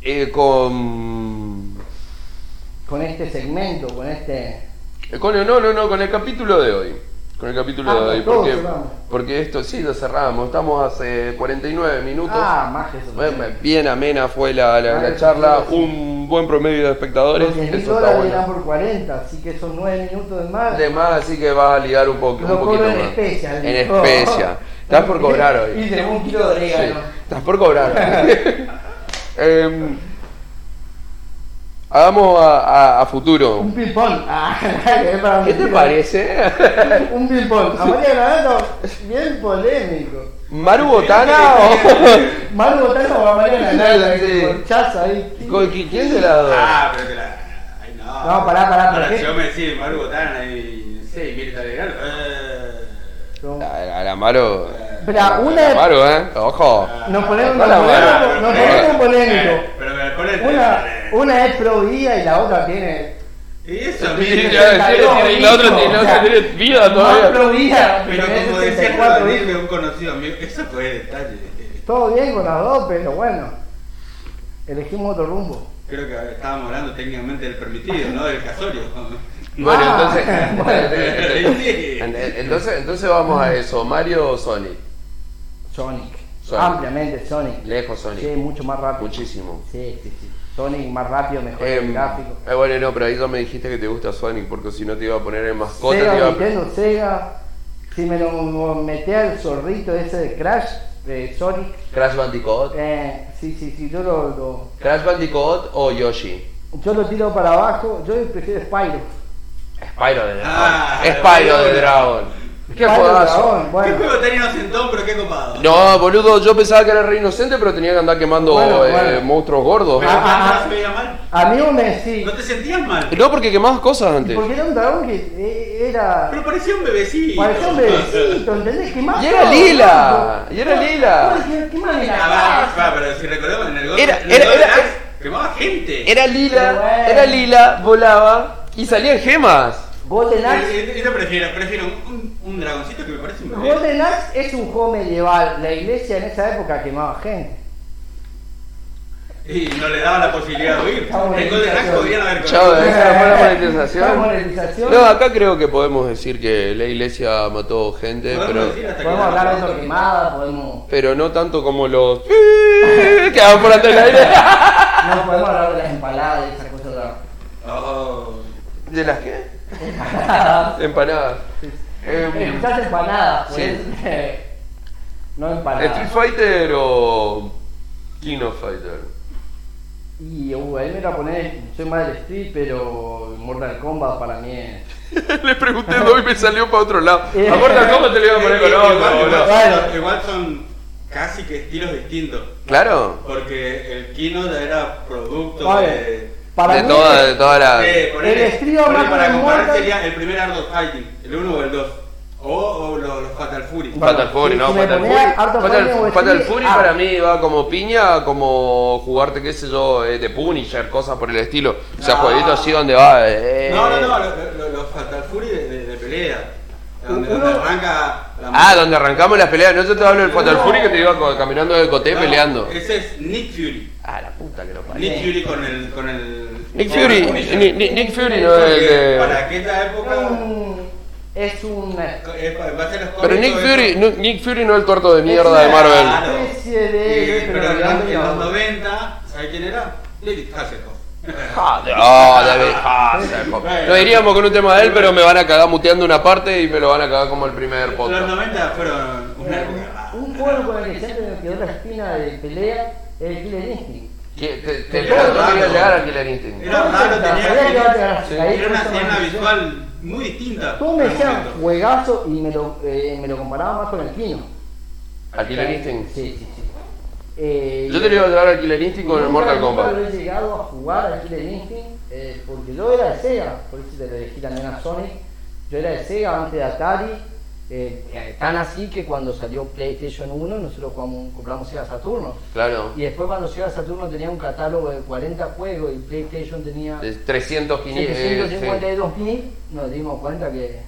A: eh, con.
B: Con este segmento, con este.
A: eh, con- no, no, no, con el capítulo de hoy. Con el capítulo de
B: Ah,
A: hoy.
B: con todo
A: Porque,
B: cerramos.
A: porque esto sí lo cerramos. Estamos hace 49 minutos.
B: Ah, más que eso.
A: Bueno, bien amena fue la, la- la
B: Ah,
A: charla,
B: sí, sí.
A: un buen promedio de espectadores.
B: Los 10 mil
A: Eso está
B: dólares
A: bueno.
B: eran por 40, así que son 9 minutos de más.
A: Además, así que vas a ligar un, poco,
B: Lo
A: un poquito
B: cobro en
A: más.
B: especia.
A: En especia. Estás por cobrar hoy.
B: Y tenemos un kilo de
A: Sí,
B: orégano.
A: Estás por cobrar. Em, hagamos a, a- a futuro.
B: Un ping-pong. Ah, es para
A: ¿Qué te
B: mentir.
A: parece?
B: Un ping-pong. Amalia Granato, bien polémico.
A: ¿Maru Botana o.?
B: Maru Botana o Amalia Granato,
A: Sí.
B: con chaza ahí.
A: ¿Con qui- ¿Quién de las dos?
D: Ah, pero que la. Ay, no.
B: No, pará, pará,
D: Ahora,
B: ¿por qué?
D: si yo me decís Maru Botana y. Sí, Mirta Legrand. eh,
B: Con-
A: A, a la Maru.
B: Pero
A: a
B: una-
A: la Maru, ¿eh? Ojo.
B: Nos ponemos,
A: No
B: nos
A: la
B: ponemos,
A: veo.
B: nos
A: No,
B: ponemos
A: no.
B: polémico.
D: Ah. Eh, Pero me ponete.
B: Una,
D: eh,
B: una es pro vida y la otra tiene.
D: Y eso,
A: Sí, sí,
D: mire.
A: ya, sí, sí, la otra tiene- la otra tiene vida
B: Más
A: todavía.
B: pro vida,
D: Pero
B: tenés
D: como decía
B: 74
D: Rodríguez,
B: hijos.
D: un conocido mío, eso fue detalle. eh,
B: Todo bien con las dos, pero bueno. Elegimos otro rumbo.
D: Creo que estábamos hablando técnicamente del permitido, no del casorio.
A: Bueno,
B: Ah,
A: entonces.
D: Sí.
A: En- en- Entonces, entonces vamos a eso, Mario o Sonic.
B: Sonic.
A: Sonic.
B: Ampliamente Sonic.
A: Lejos Sonic.
B: Sí, mucho más rápido.
A: Muchísimo.
B: Sí, sí, sí. Sonic más rápido, mejor
A: Em,
B: el gráfico.
A: eh, bueno, no, pero ahí ya me dijiste que te gusta Sonic, porque si no te iba a poner en mascota, te iba
B: Sega,
A: a...
B: Nintendo, Sega. Si me lo metía el zorrito ese de Crash, de Sonic.
A: Crash Bandicoot.
B: Eh, sí, sí, sí, yo lo, lo-
A: Crash Bandicoot o Yoshi.
B: yo lo tiro para abajo. Yo prefiero Spyro.
A: Spyro de Dragon.
D: Ah,
A: Spyro de
D: bueno.
A: Dragon. Qué
B: Spyro
A: juegazo.
B: Dragón,
D: ¿Qué
B: bueno.
D: juego tan inocentón, pero qué copado?
A: No, boludo, yo pensaba que era re inocente, pero tenía que andar quemando
B: Bueno,
A: eh,
B: bueno.
A: monstruos gordos.
D: Pero
B: Ah, ah, ah.
D: se veía mal.
B: A mí me decís.
D: No te sentías mal.
A: No, porque quemabas cosas antes.
B: Porque era un dragón que eh, era.
D: Pero parecía un bebecito.
B: Parecía un bebecito, ¿entendés? ¿Qué más?
A: Y era
B: todo,
A: lila,
B: loco.
A: y era lila.
B: Vos decías, ¿Qué más me la
D: Ah,
B: cabeza?
D: va, va, pero si recordamos en el gol.
A: Era-
D: en el
A: era-
D: gol de
A: era-
D: Axe, Quemaba gente.
A: Era lila,
B: Pero bueno.
A: era lila, volaba y salían gemas.
B: Golden Axe.
D: Eh, Yo- Yo yo prefiero, prefiero un, un- un dragoncito que me parece un bebé.
B: Golden Axe es un juego medieval. La iglesia en esa época quemaba gente.
D: Y no le daba la posibilidad de huir.
B: Está bueno.
D: El gol de Axe podrían haber
A: Chao,
D: corrido.
A: esa fue la
B: La
A: monetización.
B: monetización.
A: No, acá creo que podemos decir que la iglesia mató gente,
D: Podemos
A: pero,
D: decir hasta que
B: Podemos
D: la-
B: hablar de auto quemada, podemos.
A: pero no tanto como los que van por atrás del aire.
B: No podemos hablar de las empaladas y esas cosas. no.
D: Oh.
A: ¿De las qué? Empanadas.
B: Eh,
A: Em,
B: Quizás empanadas, pues.
A: Sí.
B: No
A: ¿Street
B: empanadas.
A: Fighter o Kino Fighter?
B: Y uh, ahí me iba a poner. Soy más del Street, pero Mortal Kombat para mí es.
A: le pregunté dos y me salió para otro lado. A Mortal Kombat te lo iba a poner con
D: Igual-
A: otro,
D: igual-
A: boludo.
D: igual- Igual son casi que estilos distintos.
A: Claro.
D: Porque el Kino era producto
B: Vale,
D: de.
B: para
A: De
B: mí
A: toda, de toda la...
D: de- Eh, ponele-
B: el estribo
D: ponele
B: más
D: para
B: como
D: comparar
B: Mortal-
D: sería el primer Art of Fighting, el 1 o el 2. O, o los, los Fatal Fury.
A: Fatal Fury,
B: si-
A: no,
B: si me
A: Fatal
B: ponés
A: Fury.
B: harto
A: Fatal,
B: premio, vos
A: Fatal
B: decís,
A: Fury
B: ah.
A: para mí va como piña, como jugarte, qué sé yo, eh, de Punisher, cosas por el estilo. O sea,
D: Ah.
A: jueguito así donde va. eh.
D: No, no, no, lo- lo- lo- los Fatal Fury de, de- de pelea. Donde, donde
B: Uno-
D: arranca la
A: Ah, donde arrancamos las peleas. No, yo te hablo del Fatal Fury que te iba co- caminando de coté
D: No, Eh,
A: peleando.
D: Ese es Nick Fury.
A: Ah, la puta que lo parió.
D: Nick Fury con el. Con el
A: Nick
D: con
A: Fury,
D: el eh, Punisher.
A: Ni- Ni- Nick Fury no es el
D: Porque Para
A: de...
D: aquella época.
B: un- es una
D: eh, va a ser los
A: Pero
D: cómics,
A: Nick
D: todo
A: Fury,
D: eso.
A: no- Nick Fury no es el tuerto de mierda de
D: Ah,
A: Marvel.
D: Claro.
B: especie de.
D: Eh, pero en los- en los
B: no.
D: 90, ¿sabes quién era? David Hasselhoff.
A: Joder, oh, David Hasselhoff. Lo diríamos con un tema de él, pero me van a cagar muteando una parte y me lo van a cagar como el primer
D: Los
A: podcast.
D: 90 fueron una época.
B: Un pueblo con el que siempre me quedó la espina de pelea es el Killer Instinct.
A: ¿Qué- Te, te, yo no quería llegar a Killer Instinct.
D: Era raro,
B: Sabía que iba a
D: tenía.
B: llegar ahí,
D: Era una,
B: justo
D: era una
B: cuando-
D: visual muy distinta.
B: Todos me
D: al
B: decían
D: momento.
B: juegazo y me lo, eh, me lo comparaba más con el Kino.
A: ¿A Killer Instinct?
B: Sí, sí, sí. Eh,
A: Yo te lo iba a llevar a Killer Instinct con el
B: nunca-
A: Mortal Kombat.
B: Nunca lo he llegado a jugar a Killer Instinct eh, porque yo era de Sega, por eso te lo dije también a Sonic. Yo era de Sega antes de Atari. eh, eh, tan así que cuando salió PlayStation 1 nosotros jugamos- compramos Sega Saturno.
A: Claro.
B: Y después cuando Sega Saturno tenía un catálogo de 40 juegos y PlayStation tenía este
A: De 300, 500... eh,
B: 752.000, nos dimos cuenta que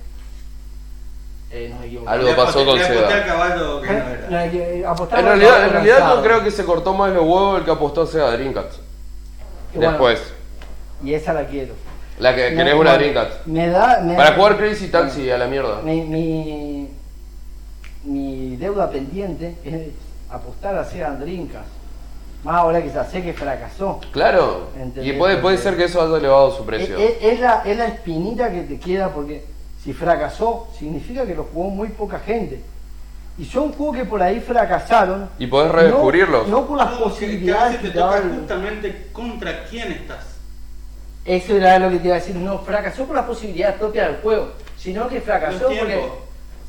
B: eh, nos equivocamos.
A: Algo
D: Le aposté-
A: pasó con
D: le
A: Seba.
D: aposté al caballo que no
B: Eh,
D: era.
B: la que
A: sí.
B: apostaba
A: En
B: estaba
A: realidad, en realidad
B: lanzado.
A: yo creo que se cortó más los huevos el que apostó sea Dreamcast.
B: Y bueno,
A: Después.
B: Y esa la quiero.
A: La que Eh, querés
B: Me-
A: una
B: bueno,
A: Dreamcast.
B: Me da. me
A: Para
B: da-
A: jugar Crazy Taxi a la mierda.
B: Mi, mi, mi deuda pendiente es apostar a Sega Dreamcast. Más ahora que ya sé que fracasó.
A: Claro. Y
B: Entendés,
A: puede, puede
B: porque-
A: ser que eso haya elevado su
B: Es,
A: precio.
B: es- E, es la, es la espinita que te queda porque si fracasó, significa que lo jugó muy poca gente. Y son juegos que por ahí fracasaron.
A: Y podés redescubrirlos.
B: No, no por las
D: No, que- que a
B: posibilidades
D: veces te
B: que te
D: toca
B: daban.
D: justamente contra quién estás.
B: Eso era lo que te iba a decir. No fracasó por las posibilidades propias del juego, sino que fracasó
D: Los
B: porque
D: tiempos.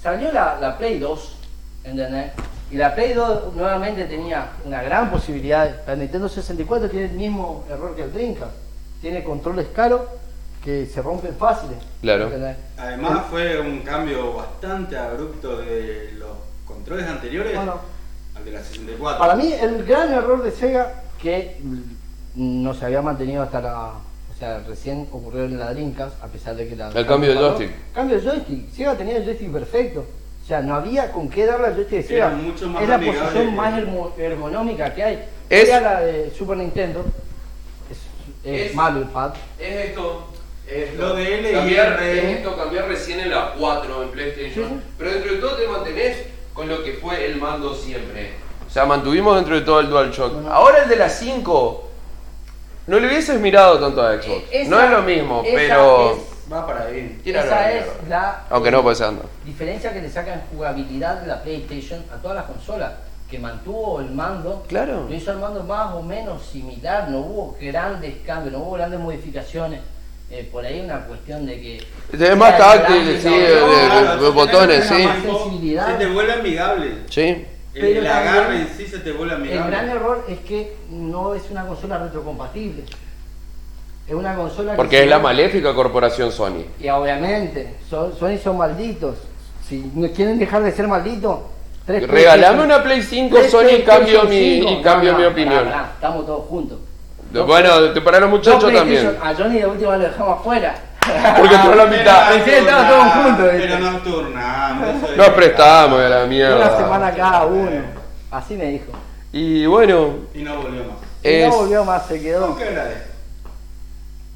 B: salió la, la Play 2, ¿entendés? Y la Play 2 nuevamente tenía una gran posibilidad. La Nintendo 64 tiene el mismo error que el Dreamcast. Tiene controles caros que se rompen fáciles.
A: Claro.
B: ¿entendés? ¿Eh?
D: Además fue un cambio bastante abrupto de los controles anteriores
B: Bueno.
D: al de la 64.
B: Para mí, el gran error de Sega, que mm, no se había mantenido hasta la. O sea, recién ocurrió en la Dreamcast, a pesar de que la.
A: El cambio de joystick.
B: Cambio de joystick. Sega tenía el joystick perfecto. O sea, no había con qué darle al joystick de Sega.
D: Era mucho más
B: es la
D: amigable
B: posición
D: que-
B: más ermo- ergonómica que hay.
A: Es-
B: Era la de Super Nintendo. Es, es
A: Es-
B: malo el pad.
A: Es esto. es
D: Lo de L y
A: cambiar,
D: R.
A: es esto, cambiar recién en la 4 en PlayStation.
B: Sí, sí.
A: Pero dentro de todo te mantenés con lo que fue el mando siempre. O sea, mantuvimos dentro de todo el DualShock.
B: Bueno.
A: Ahora el de la 5. No le hubieses mirado tanto a Xbox.
B: E- esa-
A: no es lo mismo,
B: esa
A: pero.
B: es-
D: Va para bien.
A: Tíralo a
B: Esa
A: la
B: es
A: mierda.
B: la
A: Aunque no, pues anda.
B: diferencia que le sacan jugabilidad de la PlayStation a todas las consolas, que mantuvo el mando,
A: Claro.
B: lo hizo el mando más o menos similar, no hubo grandes cambios, no hubo grandes modificaciones. Eh, por ahí una cuestión de que.
A: Es más
B: Era el
A: táctil,
B: grande,
A: sí,
B: no,
A: de-
B: no,
A: de-
B: claro,
A: de
D: si
A: botones,
D: Ah, tenés
A: sí.
D: una mano,
B: Sensibilidad.
D: Se te vuelve amigable.
A: Sí.
D: El,
B: Pero
D: el
B: también-
D: agarre en sí se te vuelve
B: El gran
D: amigable.
B: error es que no es una consola retrocompatible. Es una consola que
A: Porque
B: se-
A: es la maléfica corporación Sony.
B: Y obviamente, son, Sony son malditos. Si no quieren dejar de ser malditos, tres
A: Regalame
B: PlayStation-
A: una Play 5
B: tres
A: Sony y cambio
B: PlayStation
A: mi,
B: 5.
A: y cambio
B: No,
A: mi
B: no,
A: opinión.
B: pará, pará, estamos todos juntos. Dos-
A: Bueno, te- para los
B: dos
A: muchachos
B: PlayStation.
A: también.
B: A Johnny de última lo dejamos afuera.
A: Porque
D: Ah,
A: entró la mitad.
B: Pensé que estaban todos juntos, ¿viste?
D: Pero pues, nos turnamos. eso es
A: Nos
D: legal.
A: prestamos a la mierda.
B: una semana cada uno. Así me dijo.
A: Y bueno,
D: Y no volvió más.
B: Y
A: es
B: no volvió más, se quedó.
D: Nunca agradezco.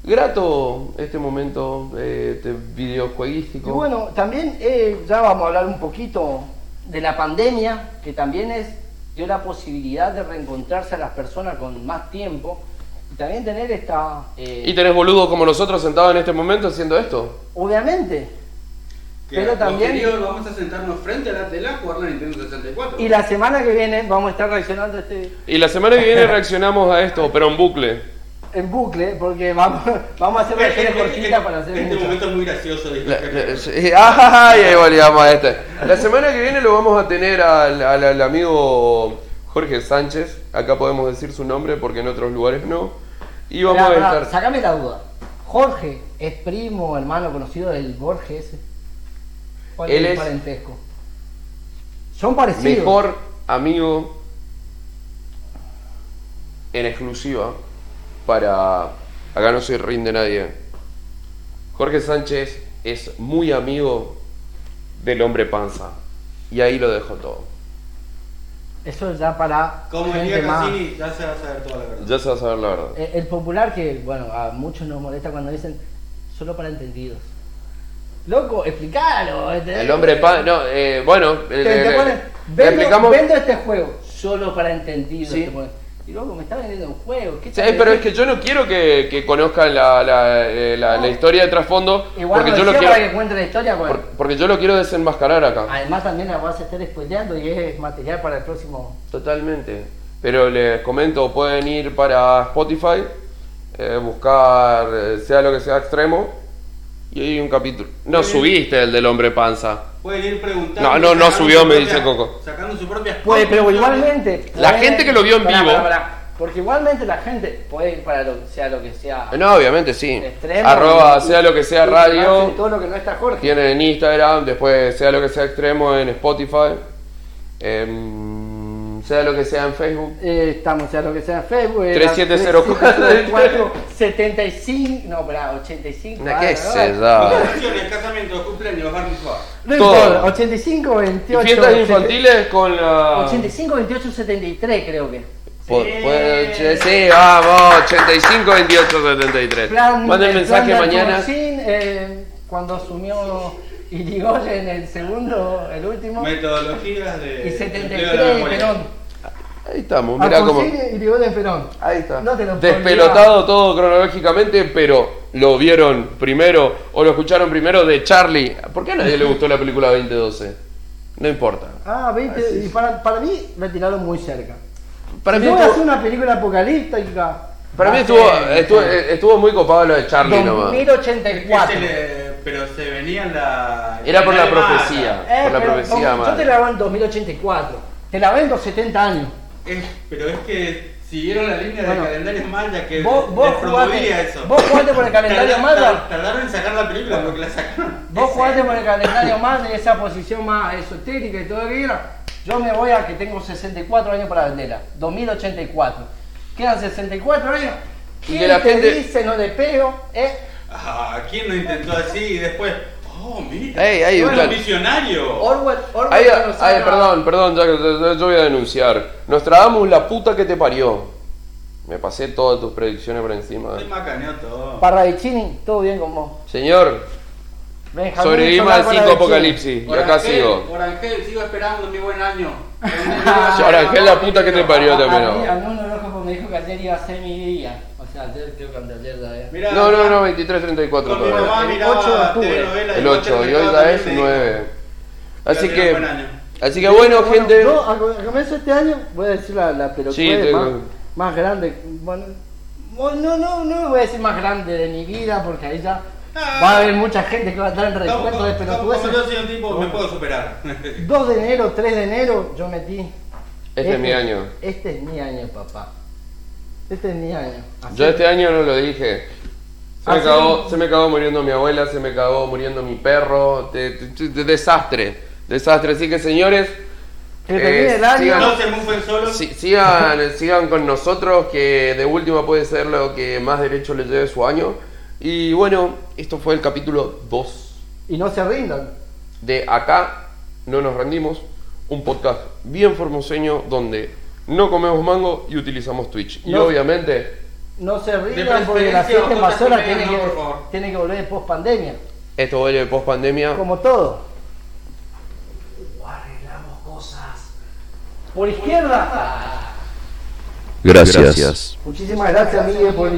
A: grato este momento eh, este videojueguístico.
B: Y bueno, también eh, ya vamos a hablar un poquito de la pandemia, que también es dio la posibilidad de reencontrarse a las personas con más tiempo y también tener esta... eh,
A: Y tenés boludos como nosotros sentados en este momento haciendo esto.
B: obviamente. Pero
D: a
B: también-
D: posterior vamos a sentarnos frente a la tela a jugar la Nintendo 64.
B: Y la semana que viene vamos a estar reaccionando a este
A: Y la semana que viene reaccionamos a esto, pero en bucle.
B: en bucle, porque vamos, vamos a hacer
D: Este-
B: reacciones
D: este-
B: cortitas para hacer
D: Este
B: mucho.
D: momento es muy gracioso. dije.
A: La- la- sí, ¡Ay! Ahí volvíamos a este. La semana que viene lo vamos a tener al, al- al amigo Jorge Sánchez. Acá podemos decir su nombre porque en otros lugares no. Y vamos
B: Pará,
A: a
B: pará,
A: estar.
B: Sacame la duda. Jorge es primo, hermano conocido del Borges. ¿Cuál
A: Él
B: es el
A: es-
B: parentesco? Son parecidos.
A: Mejor amigo en exclusiva para... Acá no se rinde nadie. Jorge Sánchez es muy amigo del hombre panza. Y ahí lo dejo todo.
B: Eso ya para
D: Como
B: gente
D: diría
B: más.
D: Cassini, ya se va a saber toda la verdad.
A: Ya se va a saber la verdad.
B: Eh, El popular que, bueno, a muchos nos molesta cuando dicen solo para entendidos. Loco, explícalo. ¿entendés?
A: El hombre panza... No, eh, bueno...
B: Te,
A: eh,
B: te
A: eh,
B: ponen,
A: le
B: vendo,
A: aplicamos-
B: vendo este juego solo para entendidos.
A: Sí.
B: te ponen. Y loco, me está vendiendo un juego. ¿qué
A: Sí,
B: te-
A: pero es que yo no quiero que, que conozcan la, la- eh, la- la historia de trasfondo.
B: Igual
A: porque
B: lo
A: yo lo
B: decía
A: quiero.
B: para que cuente la historia, bueno.
A: por- porque yo lo quiero desenmascarar acá.
B: Además también la vas a estar spoileando y es material para el próximo.
A: Totalmente. Pero les comento, pueden ir para Spotify, eh, buscar eh, sea lo que sea extremo. Y hay un capítulo. No
D: Muy bien.
A: subiste el del hombre panza.
D: Pueden ir preguntando.
A: No, no, no
D: sacando
A: subió,
D: su
A: me
D: propia-
A: dice Coco.
D: Sacando su propia.
B: Puede, Pues, pero igualmente.
A: La
B: puede-
A: gente que lo vio en
B: Pará,
A: vivo-
B: pará, pará. porque igualmente la gente puede ir para lo sea lo que sea.
A: No, obviamente sí.
B: Extremo,
A: Arroba
B: y-
A: sea lo que sea
B: y-
A: radio.
B: Todo lo que no está Jorge.
A: Tienen en Instagram, después sea lo que sea extremo en Spotify. em, sea lo que sea en Facebook.
B: Eh, estamos sea lo que sea en Facebook. eh, era
A: 3704.
B: 3704, 75. No, pará, 85.
A: Nah,
B: ah,
A: ¿Qué
B: no,
A: es
B: no.
A: eso?
D: Vacaciones, casamientos, cumpleaños, Harry Potter.
B: No
A: Todo.
B: importa, 85,
A: Y
B: 28.
A: fiestas infantiles con la...
B: 85, 28, 73, creo que.
A: Po-
D: Sí.
A: puede- che, sí, vamos, 85, 28, 73.
B: Plan,
A: Manden
B: el
A: mensaje
B: plan de
A: mañana.
B: Alfonsín, eh, cuando asumió Irigoyen el segundo, el último.
D: Metodologías de.
B: y
D: empleo de la
B: 73
D: memoria.
B: Perón.
A: Ahí estamos, mira cómo...
B: Alfonsín, Irigoyen, Perón.
A: Ahí está.
B: No te lo
A: Despelotado todo cronológicamente, pero lo vieron primero o lo escucharon primero de Charlie. ¿Por qué a nadie le gustó la película 2012? No importa.
B: Ah, 20. Y para, para mí me tiraron muy cerca.
A: Para
B: si
A: mí
B: yo voy a
A: estuvo-
B: hacer una película apocalíptica.
A: Para
B: va
A: mí
B: a
A: estuvo,
B: ser,
A: estuvo,
B: eh,
A: estuvo muy copado lo de Charlie nomás.
D: Es que se
B: 2084.
D: Este le- pero se venía la.
A: Era por la
D: de masa.
A: profecía.
B: Eh,
A: por la
B: pero
A: profecía,
B: como- Yo
A: madre.
B: te la veo en 2084. Te la vendo 70 años.
D: Es- pero es que siguieron la línea
B: Bueno.
D: del calendario maya que
B: Vos- vos
D: les promovía
B: jugate-
D: eso.
B: vos jugate por el calendario
D: Tarda-
B: maya.
D: tar- Tardaron en sacar la película porque la sacaron.
B: Vos jugaste por el calendario más de esa posición más eh, esotérica y todo lo que quieras. Yo me voy a que tengo 64 años para ah, venderla. 2084. Quedan 64 años.
A: Y
B: ¿Quién
A: que la
B: te
A: gente-
B: dice no le pego? ¿Eh?
D: Ah, ¿quién lo intentó así y después? ¡Oh, mira!
A: Ey, ey,
D: ¡Tú eres
A: Eutal.
D: un visionario!
A: Oh.
B: Orwell, Orwell
A: Ay,
B: no nos
A: ay,
B: habla.
A: perdón, perdón, ya que yo- yo voy a denunciar. Nostradamus, la puta que te parió. Me pasé todas tus predicciones por encima.
D: Te macaneo todo.
B: Parravicini, todo bien con vos.
A: Señor,
B: Benjamín
A: sobrevivimos
B: Solar
A: al 5
B: Parravicini.
A: apocalipsis. Y acá
D: Orangel,
A: sigo.
D: Orangel, sigo esperando mi buen año.
A: Orangel, la puta que te parió
B: A,
A: también.
B: a mí, a
A: ¿no?
B: mí uno de los ojos me dijo que ayer iba a ser mi día. O sea, ayer creo que ayer ¿eh? todavía.
D: Mira,
A: No, no, no, 23, 34
D: Con mi
A: todavía.
D: mamá
B: El
D: miraba
B: 8 de octubre.
D: telenovelas
A: El
D: y
A: 8, y hoy ya es 9. Así
D: Ya tiene
A: que,
D: buen año.
A: así que bueno,
B: Bueno,
A: gente.
B: Yo a com- a comienzo de este año voy a decir la, la pelotuda
A: Sí, te-
B: más, más grande. Bueno, no, no, no, no voy a decir más grande de mi vida porque ahí ya va a haber mucha gente que va a estar en
D: Como,
B: recuerdo de
D: como- como yo
B: pelotudeces.
D: soy un tipo, me puedo superar.
B: 2 de enero, 3 de enero, yo metí.
A: Este es mi año.
B: Este es mi año, papá. Este es mi año. Así-
A: Yo este año no lo dije. Se me,
B: Así-
A: cagó, se me cagó muriendo mi abuela, se me cagó muriendo mi perro. te- te- te- te- desastre. Desastre. Así que señores,
B: Que termine el año.
A: eh, sigan,
D: No se mueven solo.
A: si- sigan, sigan con nosotros, que de última puede ser lo que más derecho le lleve su año. Y bueno, esto fue el capítulo 2
B: Y no se rindan.
A: de Acá no nos rendimos. Un podcast bien formoseño donde no comemos mango y utilizamos Twitch. Y
B: No.
A: obviamente,
B: No se rindan
D: preferencia,
B: porque la gente
D: otras
B: invasora
D: comedias,
B: tiene,
D: no,
B: que-
D: por favor.
B: tiene que volver post pandemia.
A: esto vuelve post pandemia.
B: Como todo. Arreglamos cosas. Por izquierda.
E: Gracias.
B: Muchísimas gracias, Miguel, por